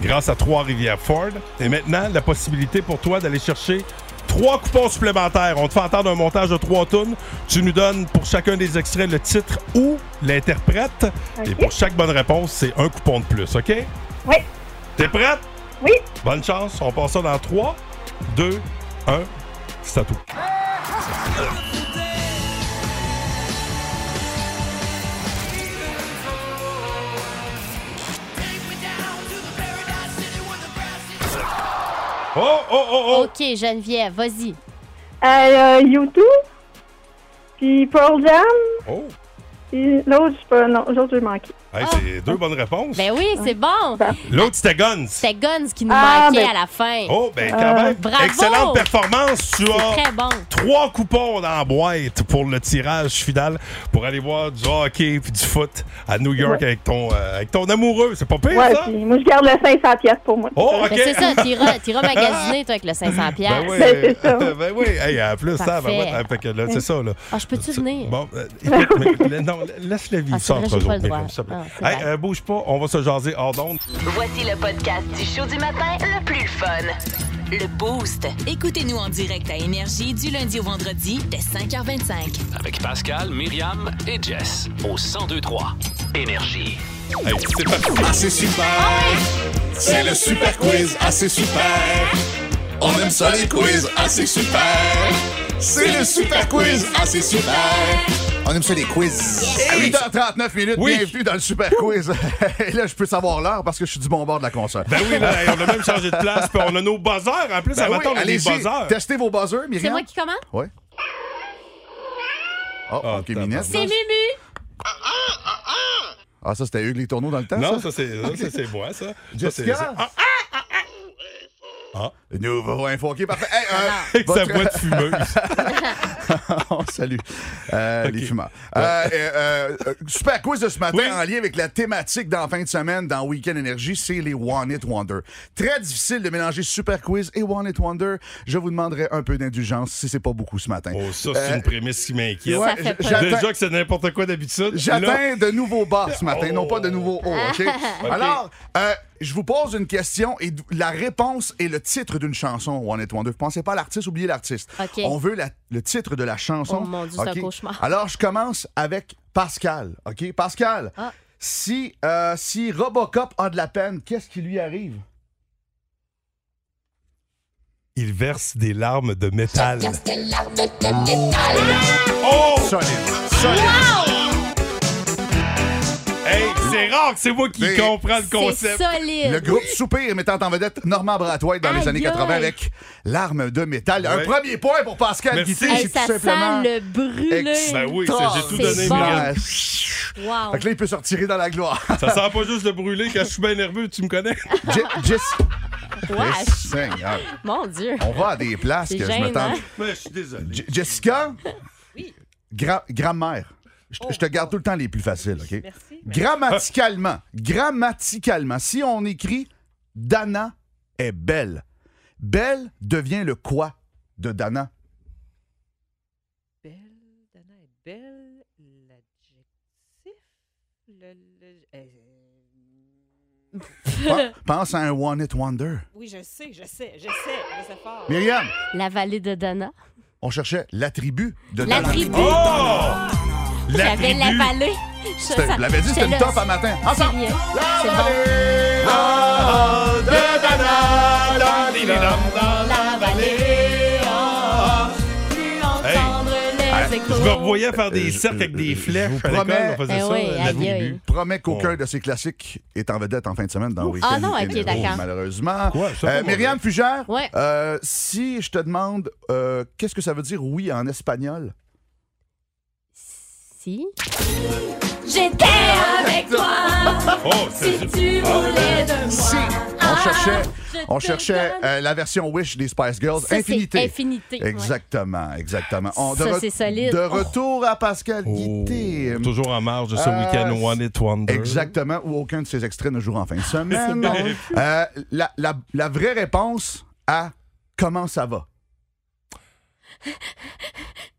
Speaker 3: grâce à Trois-Rivières Ford. Et maintenant, la possibilité pour toi d'aller chercher trois coupons supplémentaires. On te fait entendre un montage de trois tonnes. Tu nous donnes pour chacun des extraits le titre ou l'interprète. Et pour chaque bonne réponse, c'est un coupon de plus, OK?
Speaker 19: Oui.
Speaker 3: T'es prête?
Speaker 19: Oui.
Speaker 3: Bonne chance. On passe ça dans 3, 2, 1. C'est à tout. Oh, oh, oh,
Speaker 6: oh. OK, Geneviève, vas-y.
Speaker 19: Euh, euh, YouTube, puis Pearl Jam,
Speaker 3: Oh!
Speaker 19: puis l'autre, je peux... Non, l'autre, je vais manquer.
Speaker 3: Hey,
Speaker 6: Ah.
Speaker 3: c'est deux bonnes réponses.
Speaker 6: Ben oui, c'est bon.
Speaker 3: L'autre, c'était Guns.
Speaker 6: C'était Guns qui nous
Speaker 19: Ah,
Speaker 6: manquait
Speaker 19: ben- Euh,
Speaker 6: à la fin.
Speaker 3: Oh, ben quand même.
Speaker 6: Bravo.
Speaker 3: Excellente performance. Tu
Speaker 6: C'est
Speaker 3: as
Speaker 6: très bon.
Speaker 3: trois coupons dans la boîte pour le tirage final pour aller voir du hockey puis du foot à New York
Speaker 19: Ouais.
Speaker 3: avec, ton, euh, avec ton amoureux. C'est pas pire,
Speaker 19: ouais,
Speaker 3: ça?
Speaker 19: puis moi, je garde le 500 pièces pour moi.
Speaker 3: Oh, OK.
Speaker 6: Ben, c'est ça, t'iras t'iras magasiner, toi, avec le 500$.
Speaker 3: Ben oui, ben oui. Hey, en plus, ça, ben
Speaker 6: Parfait.
Speaker 3: ouais, fait que là, c'est ça, là.
Speaker 6: Ah, je peux-tu venir?
Speaker 3: Bon, euh, écoute, mais, la- non, laisse le vivre
Speaker 6: Ah, c'est
Speaker 3: ça
Speaker 6: vrai,
Speaker 3: entre
Speaker 6: j'ai
Speaker 3: eux
Speaker 6: pas le
Speaker 3: autres,
Speaker 6: droit.
Speaker 3: s'il te plaît.
Speaker 6: Ah, c'est
Speaker 3: Hey,
Speaker 6: vrai.
Speaker 3: euh, bouge pas, on va se jaser hors d'onde.
Speaker 1: Voici le podcast du show du matin le plus fun.
Speaker 15: Le Boost. Écoutez-nous en direct à Énergie du lundi au vendredi dès 5h25.
Speaker 2: Avec Pascal, Myriam et Jess. Au 1023 Énergie.
Speaker 3: Hey, c'est parti.
Speaker 2: Ah, c'est super.
Speaker 13: C'est le super quiz, ah c'est super. On aime ça les quiz, ah c'est super. C'est le super quiz, ah c'est super. On aime ça les quiz.
Speaker 3: Eh
Speaker 21: À 8h39 minutes,
Speaker 13: Oui.
Speaker 21: bienvenue dans le Super Quiz. Et là, je peux savoir l'heure parce que je suis du bon bord de la console.
Speaker 3: Ben oui, là, hey, on a même changé de place, puis on a nos buzzers. En plus,
Speaker 21: Ben
Speaker 3: à
Speaker 21: oui,
Speaker 3: matin, on a des
Speaker 21: allez-y,
Speaker 3: buzzers.
Speaker 21: Testez vos buzzers, Myriam.
Speaker 6: C'est moi qui commence?
Speaker 21: Oui. Oh,
Speaker 3: Ah,
Speaker 21: OK, Minette.
Speaker 6: C'est Mumu.
Speaker 21: Ah, ça, c'était Hugues Les Tourneaux dans le temps,
Speaker 3: Non, ça,
Speaker 21: ça?
Speaker 3: c'est ça, c'est- c'est moi, ça. Ça, c'est-
Speaker 21: Jessica?
Speaker 3: Ah,
Speaker 21: Nouveau info, OK, parfait. Hey, euh,
Speaker 3: Avec Ah. sa
Speaker 21: votre-
Speaker 3: voix de fumeuse.
Speaker 21: On salue euh, les fumeurs. Euh, euh, euh, super quiz de ce matin en lien avec la thématique dans la fin de semaine dans Weekend Énergie, c'est les One It Wonder. Très difficile de mélanger super quiz et One It Wonder. Je vous demanderai un peu d'indulgence si c'est pas beaucoup ce matin.
Speaker 3: Oh, ça, c'est
Speaker 21: Euh,
Speaker 3: une prémisse qui m'inquiète.
Speaker 21: ouais, Ça fait peur. j'attends-
Speaker 3: Déjà que c'est n'importe quoi d'habitude.
Speaker 21: J'atteins
Speaker 3: Là-
Speaker 21: de nouveaux bas ce matin, non pas de nouveaux hauts. OK?
Speaker 3: Ok.
Speaker 21: Alors, euh, je vous pose une question et d- la réponse est le titre d'une chanson, One It Wonder. Vous pensez pas à l'artiste, oubliez l'artiste.
Speaker 6: Ok.
Speaker 21: On veut la- le titre de la chanson.
Speaker 6: Oh mon Dieu, c'est un
Speaker 21: OK?
Speaker 6: cauchemar.
Speaker 21: Alors, je commence avec Pascal. OK? Pascal,
Speaker 6: Ah.
Speaker 21: si, euh, si Robocop a de la peine, qu'est-ce qui lui arrive?
Speaker 3: Il verse des larmes de métal.
Speaker 21: Ah, ah! Oh! Solide. Solide.
Speaker 2: Wow!
Speaker 21: Hey,
Speaker 3: C'est rare que Ah, c'est moi qui
Speaker 21: Des-
Speaker 3: comprends le concept.
Speaker 6: solide.
Speaker 21: Le groupe
Speaker 6: Oui.
Speaker 21: Soupir mettant en vedette Normand Bratois dans les
Speaker 6: Aïe,
Speaker 21: années 80
Speaker 6: aïe.
Speaker 21: avec l'arme de métal.
Speaker 3: Ouais.
Speaker 21: Un premier point pour Pascal
Speaker 3: Merci.
Speaker 21: Guité,
Speaker 6: Hey,
Speaker 21: c'est
Speaker 6: ça
Speaker 21: tout simplement.
Speaker 6: sent le brûlé.
Speaker 21: Ex-
Speaker 3: Ben oui, ça, j'ai tout donné,
Speaker 6: C'est bon.
Speaker 3: Myriam.
Speaker 6: Wow.
Speaker 21: Fait que là, il peut se retirer dans la gloire.
Speaker 3: Ça sent pas juste le brûler quand je suis bien nerveux, tu me connais?
Speaker 21: Je- Jess.
Speaker 6: Wesh.
Speaker 21: Eh, Seigneur.
Speaker 6: Mon Dieu.
Speaker 21: On va à des places
Speaker 6: C'est
Speaker 21: que je
Speaker 6: gênant.
Speaker 21: m'attends.
Speaker 3: Mais je suis désolé.
Speaker 21: Je- Jessica? Gra- Grammaire. Je te- je te garde tout le temps les plus faciles, OK? Grammaticalement, grammaticalement, si on écrit Dana est belle, belle devient le quoi de Dana?
Speaker 9: Belle, l'adjectif, le. le- euh,
Speaker 21: Pen- Pense à un One It Wonder.
Speaker 9: Oui, je sais, je sais, je sais, je sais fort.
Speaker 21: Myriam,
Speaker 6: La vallée de Dana.
Speaker 21: on cherchait l'attribut de
Speaker 6: La
Speaker 21: Dana.
Speaker 6: tribu. J'avais
Speaker 21: L'attribut.
Speaker 6: la vallée.
Speaker 21: C'était- Je l'avais dit, c'était une top à matin. Ensemble.
Speaker 6: C'est bien. C'est bon.
Speaker 2: La vallée,
Speaker 9: Ah,
Speaker 3: Hey, Je me revoyais faire
Speaker 21: Euh,
Speaker 3: des cercles avec des flèches. à l'école,
Speaker 21: promets-
Speaker 3: on faisait
Speaker 6: Eh
Speaker 3: ça. euh,
Speaker 6: oui,
Speaker 3: la
Speaker 6: aïe,
Speaker 3: tribu.
Speaker 6: aïe.
Speaker 21: Promet qu'aucun de ces classiques est en vedette en fin de semaine dans Week-end.
Speaker 6: Ah non,
Speaker 21: et
Speaker 6: ok,
Speaker 21: Véro,
Speaker 6: d'accord.
Speaker 21: Malheureusement.
Speaker 3: Quoi, ça,
Speaker 21: Euh,
Speaker 3: pas mauvais.
Speaker 21: Myriam Fugère,
Speaker 6: Ouais.
Speaker 21: euh, si je te demande euh, qu'est-ce que ça veut dire oui en espagnol?
Speaker 6: Si.
Speaker 2: J'étais avec toi.
Speaker 21: Oh,
Speaker 2: Si tu voulais de moi.
Speaker 6: Ah,
Speaker 21: On cherchait,
Speaker 2: je
Speaker 21: on
Speaker 2: te
Speaker 21: cherchait euh, la version Wish des Spice Girls.
Speaker 6: Ça, c'est
Speaker 21: infinité.
Speaker 6: Infinité, ouais.
Speaker 21: Exactement, exactement.
Speaker 6: Ça,
Speaker 21: re-
Speaker 6: c'est solide.
Speaker 21: De
Speaker 6: Oh.
Speaker 21: retour à Pascal Guité.
Speaker 3: Toujours en marge de ce
Speaker 21: Euh,
Speaker 3: week-end One It Wonder.
Speaker 21: Exactement, ou aucun de ces extraits ne jouera en fin de
Speaker 3: C'est
Speaker 21: semaine.
Speaker 3: bon.
Speaker 21: Euh, la, la- la vraie réponse à comment ça va.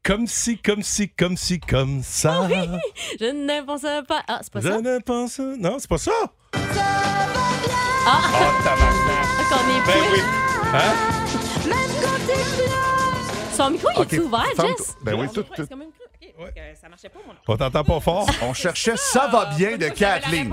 Speaker 3: Comme si, comme si, comme si, comme
Speaker 21: Ah,
Speaker 3: ça.
Speaker 6: Je ne pensais pas. Ah, c'est Ah pas
Speaker 3: Je
Speaker 6: ça.
Speaker 3: ne pense. Non, c'est pas ça.
Speaker 6: Ah,
Speaker 3: tabarnak.
Speaker 6: qu'on est
Speaker 3: Ben oui.
Speaker 6: plus.
Speaker 3: Hein?
Speaker 6: Son micro, il
Speaker 21: Ok,
Speaker 6: est ouvert,
Speaker 21: ferme-
Speaker 6: Jess?
Speaker 21: Ben oui, tout-
Speaker 9: C'est
Speaker 21: tout-
Speaker 9: quand même cru. Ok, donc,
Speaker 21: Ah,
Speaker 9: euh, ça marchait pas, mon
Speaker 3: On t'entend pas fort.
Speaker 21: On cherchait ça va bien de Kathleen.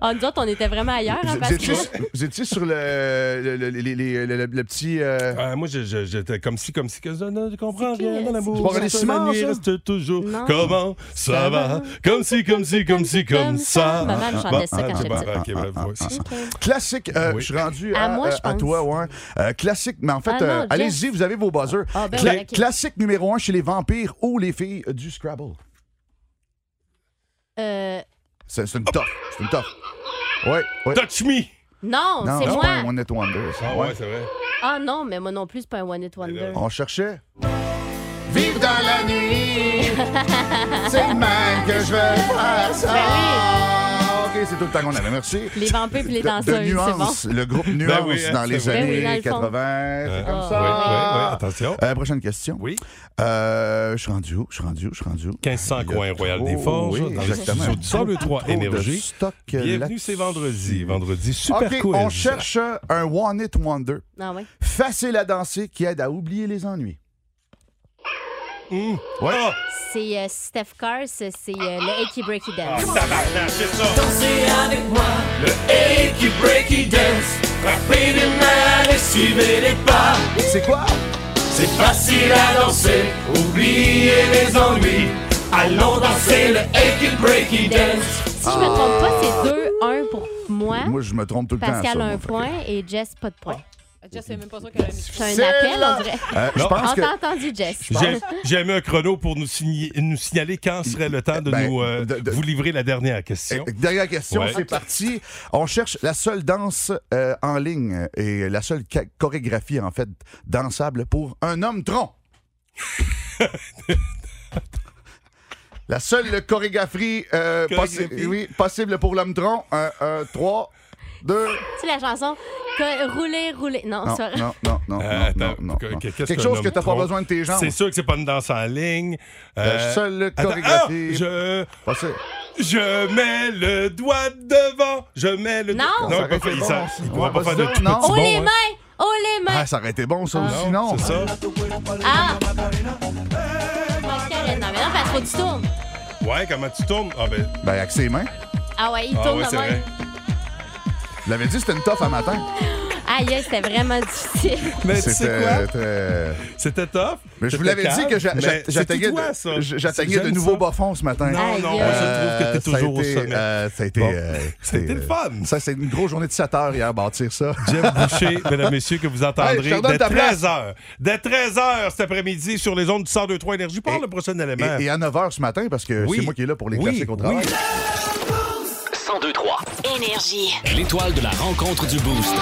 Speaker 6: Ah, nous autres, on était vraiment ailleurs, hein,
Speaker 21: Vous
Speaker 6: parce
Speaker 21: vous
Speaker 6: que.
Speaker 21: étiez, vous étiez sur le, le- le- les- les- le- le- le petit. euh,
Speaker 3: Ah, moi, je- je- j'étais comme si, comme si, que je ne comprends
Speaker 6: C'est qui,
Speaker 3: rien
Speaker 6: euh,
Speaker 3: dans l'amour.
Speaker 21: c'est pas René
Speaker 3: Ça, la
Speaker 21: Simard,
Speaker 3: nuit
Speaker 21: ça?
Speaker 3: reste toujours.
Speaker 6: Non.
Speaker 3: Comment ça,
Speaker 6: Ça
Speaker 3: va?
Speaker 6: va?
Speaker 3: Comme si, comme si, comme si, comme
Speaker 6: Comme
Speaker 3: ça.
Speaker 6: ça. Maman me chantait ça quand j'étais
Speaker 3: bon,
Speaker 6: petite.
Speaker 3: ok, ben, voici.
Speaker 21: Classique, euh, je suis rendu à,
Speaker 6: À moi, je
Speaker 21: euh, à
Speaker 6: pense.
Speaker 21: toi, ouais. Euh, classique, mais en fait,
Speaker 6: Ah non,
Speaker 21: euh,
Speaker 6: Jeff.
Speaker 21: allez-y, vous avez vos buzzers.
Speaker 6: Ah, ben
Speaker 21: Cla-
Speaker 6: oui, ok.
Speaker 21: Classique numéro un chez les vampires ou les filles du Scrabble.
Speaker 6: Euh,
Speaker 21: C'est c'est une toffe, c'est une toffe. Ouais, ouais.
Speaker 3: Touch me!
Speaker 21: Non,
Speaker 6: non, Oh, c'est
Speaker 21: c'est pas un
Speaker 6: moi.
Speaker 21: One Night Wonder. ça.
Speaker 3: Ah, ouais, c'est vrai.
Speaker 6: Ah non, mais moi non plus, c'est pas un One It Wonder.
Speaker 21: On cherchait.
Speaker 2: Vivre dans la nuit.
Speaker 21: C'est le même que je vais faire ça.
Speaker 6: Ben
Speaker 21: OK, c'est tout le temps qu'on avait. Merci.
Speaker 6: Les vampires et les
Speaker 21: De-
Speaker 6: danseuses,
Speaker 21: De
Speaker 6: c'est bon.
Speaker 21: Nuance, le groupe Nuance
Speaker 3: Ben oui, hein,
Speaker 21: dans
Speaker 3: c'est
Speaker 21: les
Speaker 3: vrai.
Speaker 6: Ben oui,
Speaker 21: années
Speaker 6: dans le fond.
Speaker 21: 80. C'est comme
Speaker 6: Ah.
Speaker 21: ça.
Speaker 3: Oui, oui, oui, attention.
Speaker 21: Euh, prochaine question.
Speaker 3: Oui.
Speaker 21: Euh, je suis rendu où? Je suis rendu où? Je suis rendu où?
Speaker 3: 1500 coin Royal des
Speaker 21: Oh,
Speaker 3: Forges,
Speaker 21: oui,
Speaker 3: dans le
Speaker 21: exactement.
Speaker 3: studio du Sable 3
Speaker 21: Trop de
Speaker 3: Énergie.
Speaker 21: stock
Speaker 3: Bienvenue,
Speaker 21: là-dessus.
Speaker 3: c'est vendredi. Vendredi, super
Speaker 21: OK,
Speaker 3: cool.
Speaker 21: on cherche un One It Wonder.
Speaker 6: Ah ouais.
Speaker 21: Facile à danser qui aide à oublier les ennuis.
Speaker 3: Mmh.
Speaker 21: Ouais.
Speaker 3: Ah!
Speaker 6: C'est euh, Steph Cars, c'est euh, le Achy Breaky Dance.
Speaker 21: Ah,
Speaker 2: Et qui break, qui dance. Frappez les mains et suivez les pas.
Speaker 21: C'est quoi?
Speaker 2: C'est facile à danser. Oubliez les ennuis. Allons danser le Aki Breaky Dance.
Speaker 6: Si je me trompe pas, c'est 2-1 pour moi.
Speaker 21: Moi, je me trompe tout le temps. à
Speaker 6: Hein? Pascal
Speaker 21: ça,
Speaker 6: a
Speaker 21: moi, fait
Speaker 6: un
Speaker 21: que-
Speaker 6: point et Jess pas de point.
Speaker 9: Ah, Jess, c'est même pas sûr qu'elle a mis.
Speaker 6: C'est un
Speaker 21: C'est
Speaker 6: appel,
Speaker 21: là.
Speaker 6: on dirait.
Speaker 21: Euh, je
Speaker 3: Non.
Speaker 6: On
Speaker 21: pense que.
Speaker 6: t'a entendu, Jess.
Speaker 3: J'ai- J'ai mis un chrono pour nous, signer- nous signaler quand serait le temps de
Speaker 21: Ben,
Speaker 3: nous euh,
Speaker 21: de- de-
Speaker 3: vous livrer la dernière question.
Speaker 21: Eh, Dernière question,
Speaker 3: Ouais.
Speaker 21: c'est parti. On cherche la seule danse euh, en ligne et la seule ca- chorégraphie, en fait, dansable pour un homme tronc. la seule chorégraphie, euh, possi-
Speaker 3: Chorégraphie.
Speaker 21: oui, possible pour l'homme tronc. Un, un, trois, deux.
Speaker 6: C'est la chanson que- Rouler, rouler. Non,
Speaker 21: Non,
Speaker 6: ça.
Speaker 21: non, non, non,
Speaker 3: Euh,
Speaker 21: non,
Speaker 3: attends,
Speaker 21: non, non,
Speaker 3: que-
Speaker 21: non.
Speaker 3: qu'est-ce
Speaker 21: Quelque
Speaker 3: qu'un
Speaker 21: chose que
Speaker 3: homme
Speaker 21: t'as pas
Speaker 3: trompe?
Speaker 21: besoin de tes jambes.
Speaker 3: C'est sûr que c'est pas une danse en ligne. Euh,
Speaker 21: seule
Speaker 3: attends,
Speaker 21: chorégraphie.
Speaker 3: ah,
Speaker 21: Possible.
Speaker 3: je, je mets le doigt devant. Je mets le
Speaker 6: Non.
Speaker 3: doigt-
Speaker 21: Ça
Speaker 3: Non,
Speaker 21: aurait
Speaker 3: il peut
Speaker 21: été
Speaker 3: pas- il
Speaker 21: bon,
Speaker 3: s'en-
Speaker 21: ça.
Speaker 3: il pourra
Speaker 21: Ouais,
Speaker 3: pas
Speaker 21: vas-y
Speaker 3: faire de
Speaker 21: donc,
Speaker 3: tout petit
Speaker 20: non.
Speaker 6: Oh
Speaker 3: bon,
Speaker 6: les
Speaker 3: hein.
Speaker 6: mains! Oh les mains!
Speaker 21: Ah, ça aurait été bon, ça aussi,
Speaker 3: Non,
Speaker 21: non?
Speaker 3: C'est ça?
Speaker 6: Ah! Ok, Ah. non, mais non, parce qu'il faut que tu tournes.
Speaker 3: Ouais, comment tu tournes? Ah, ben,
Speaker 21: Ben, avec ses mains.
Speaker 6: Ah ouais, il
Speaker 3: ah
Speaker 6: tourne
Speaker 3: ouais,
Speaker 6: de
Speaker 3: c'est
Speaker 6: même.
Speaker 3: vrai.
Speaker 21: Je l'avais dit, c'était une toffe à matin.
Speaker 6: Hey, Aïe, aïe, c'était vraiment difficile.
Speaker 3: Mais tu sais
Speaker 21: C'était
Speaker 3: quoi?
Speaker 21: très-
Speaker 3: C'était tough.
Speaker 21: Mais je
Speaker 3: C'était
Speaker 21: vous l'avais dit
Speaker 3: calme,
Speaker 21: que j'a-
Speaker 3: mais
Speaker 21: j'a-
Speaker 3: c'est
Speaker 21: j'atteignais
Speaker 3: tout toi, ça.
Speaker 21: de- j'- j'atteignais de
Speaker 3: J'aime
Speaker 21: nouveaux
Speaker 3: ça.
Speaker 21: bas-fonds ce matin.
Speaker 3: Non, non, moi, je trouve que t'es
Speaker 21: ça a
Speaker 3: toujours au
Speaker 21: été,
Speaker 3: sommet.
Speaker 21: euh, ça a été,
Speaker 3: Bon.
Speaker 21: euh,
Speaker 3: Ça a été le
Speaker 21: euh,
Speaker 3: fun.
Speaker 21: Ça, c'est une grosse journée de 7 heures hier, bâtir ça.
Speaker 3: Jeff Boucher, mesdames, messieurs, que vous entendrez
Speaker 21: Hey, je te redonne
Speaker 3: dès
Speaker 21: ta place.
Speaker 3: 13h. Dès 13h cet après-midi sur les ondes du 102.3 Énergie. Parle le prochain élément.
Speaker 21: Et, et à 9 h ce matin, parce que
Speaker 3: Oui.
Speaker 21: c'est moi qui est là pour les
Speaker 3: Oui,
Speaker 21: classiques au
Speaker 3: oui.
Speaker 21: travail.
Speaker 7: 1023.
Speaker 1: Énergie.
Speaker 7: L'étoile de la rencontre du Boost.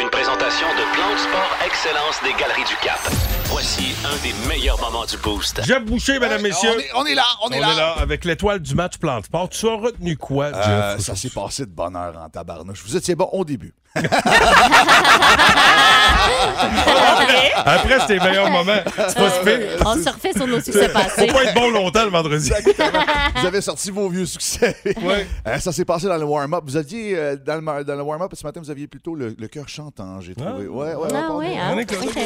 Speaker 7: Une présentation de Plan de Sport Excellence des Galeries du Cap. Voici un des meilleurs moments du Boost.
Speaker 3: Jeff Boucher, mesdames, messieurs.
Speaker 21: on est- on est là, on est là.
Speaker 3: avec l'étoile du match plante sport Tu as retenu quoi, Jeff?
Speaker 21: Euh, ça s'est passé de bonne heure en tabarnouche. Vous étiez bon au début.
Speaker 6: Ah, ben
Speaker 21: Ah,
Speaker 3: Après, c'était les meilleurs moments. C'est pas si pire.
Speaker 6: On se refait sur nos succès passés.
Speaker 3: Faut pas être bon longtemps le vendredi.
Speaker 21: Vous avez sorti vos vieux succès.
Speaker 3: Ouais.
Speaker 21: Euh, ça s'est passé dans le warm-up. Vous aviez, euh, dans le, mar- dans le warm-up ce matin, vous aviez plutôt le, le cœur chantant, j'ai trouvé. Ouais, ouais,
Speaker 6: Ah
Speaker 21: on est-
Speaker 6: ouais, hein?
Speaker 21: on est clair.
Speaker 6: Ok.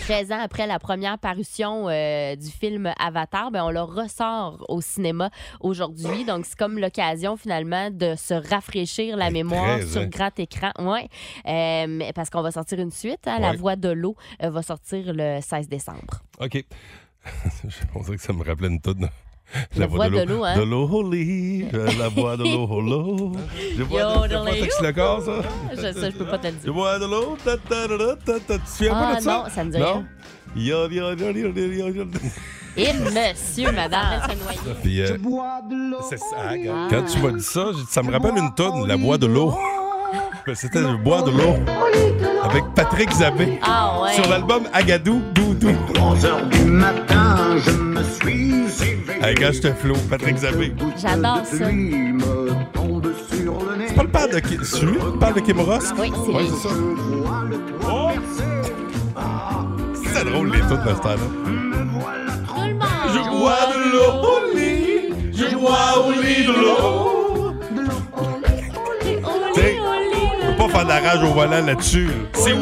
Speaker 6: 13 ans après la première parution euh, du film Avatar, ben, on le ressort au cinéma aujourd'hui. Donc, c'est comme l'occasion finalement de se rafraîchir la mémoire
Speaker 22: 13
Speaker 6: sur
Speaker 22: ans.
Speaker 6: grand écran. Ouais. Euh, mais parce qu'on va sortir une suite. hein, La
Speaker 3: Ouais.
Speaker 6: Voix de l'eau euh, va sortir le 16 décembre.
Speaker 3: OK. On dirait que ça me rappelait une toute.
Speaker 6: La voix de l'eau, hein?
Speaker 3: De l'eau, holy. Euh, La voix de l'eau, holo. Je vois
Speaker 6: dans les-
Speaker 3: le corps, ça.
Speaker 6: Ah, Je, ça, je peux pas te le dire.
Speaker 3: Je vois de l'eau. ta, ta, ta, ta, ta, ta. Tu te souviens
Speaker 6: Ah,
Speaker 3: pas de ça?
Speaker 6: non, ça me dit
Speaker 3: Non?
Speaker 6: rien.
Speaker 3: Yo, yo, yo, yo, yo, yo.
Speaker 6: Et Eh, monsieur, madame.
Speaker 3: Puis, euh, c'est ça, hein, quand- Quand tu m'as dit ça, j'ai dit, ça me rappelle une tonne, la voix de l'eau. Ben, C'était le bois de l'eau avec Patrick Zabé
Speaker 6: Ah ouais.
Speaker 3: sur l'album Agadou Doudou. 11h du matin, je me suis éveillé. Hey, gars, je te flow, Patrick Zabé.
Speaker 6: J'adore ça.
Speaker 3: C'est pas le père de Ki- Ah, c'est lui qui parle de Kim Ross?
Speaker 6: Oui, c'est
Speaker 3: Ouais,
Speaker 6: lui.
Speaker 3: ça. Oh! C'est drôle, les toutes de hein. ce temps-là.
Speaker 2: Je bois de l'eau au lit, je bois au lit de l'eau.
Speaker 3: T'sais, on peut pas faire de la rage au volant là-dessus. Si oui,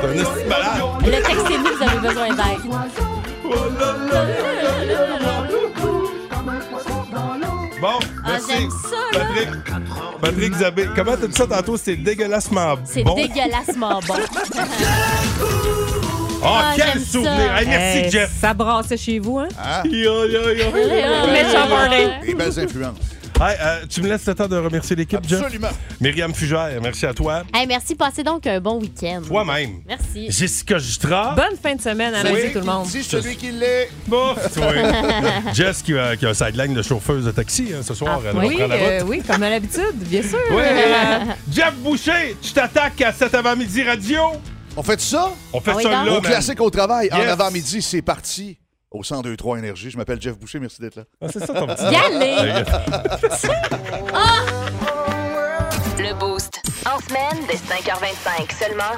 Speaker 3: t'es un esti de malade.
Speaker 6: Le textez-nous, vous avez besoin d'aide.
Speaker 3: Bon,
Speaker 6: Ah,
Speaker 3: merci.
Speaker 6: j'aime ça, là.
Speaker 3: Patrick, Patrick Zabé, comment t'as dit ça tantôt? C'était dégueulassement bon.
Speaker 6: C'est dégueulassement bon.
Speaker 3: Oh,
Speaker 9: Ah,
Speaker 3: quel
Speaker 9: j'aime ça.
Speaker 3: souvenir! Hey, merci,
Speaker 9: Hey,
Speaker 3: Jeff.
Speaker 9: Ça brassait chez vous, hein?
Speaker 3: Yo, yo, yo.
Speaker 9: Méchant party.
Speaker 21: Des Ah. belles influences.
Speaker 3: Hey, euh, tu me laisses le temps de remercier l'équipe, Jeff?
Speaker 21: Absolument.
Speaker 3: Myriam Fugère, merci à toi.
Speaker 6: Hey, merci, passez donc un bon week-end.
Speaker 3: Toi-même.
Speaker 6: Merci.
Speaker 3: Jessica Jutra.
Speaker 9: Bonne fin de semaine à lundi,
Speaker 21: Oui.
Speaker 9: tout le monde.
Speaker 21: Dis celui qui l'est.
Speaker 3: Bof, toi. Jess qui, a- qui a un sideline de chauffeuse de taxi hein, ce soir. elle
Speaker 9: Oui,
Speaker 3: reprend la
Speaker 9: euh,
Speaker 3: route.
Speaker 9: oui, comme à l'habitude, bien sûr.
Speaker 3: Oui, euh, Jeff Boucher, tu t'attaques à 7 avant-midi radio.
Speaker 21: On fait ça?
Speaker 3: On fait Ah oui, ça donc? là,
Speaker 21: Au
Speaker 3: man.
Speaker 21: classique au travail, en
Speaker 3: Yes.
Speaker 21: avant-midi, c'est parti. Au 102-3 Énergie. Je m'appelle Jeff Boucher, merci d'être là.
Speaker 3: Ah, c'est ça ton petit.
Speaker 6: Y aller.
Speaker 1: Ah! Le Boost. En semaine, dès 5h25 seulement.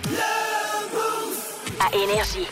Speaker 1: À Énergie.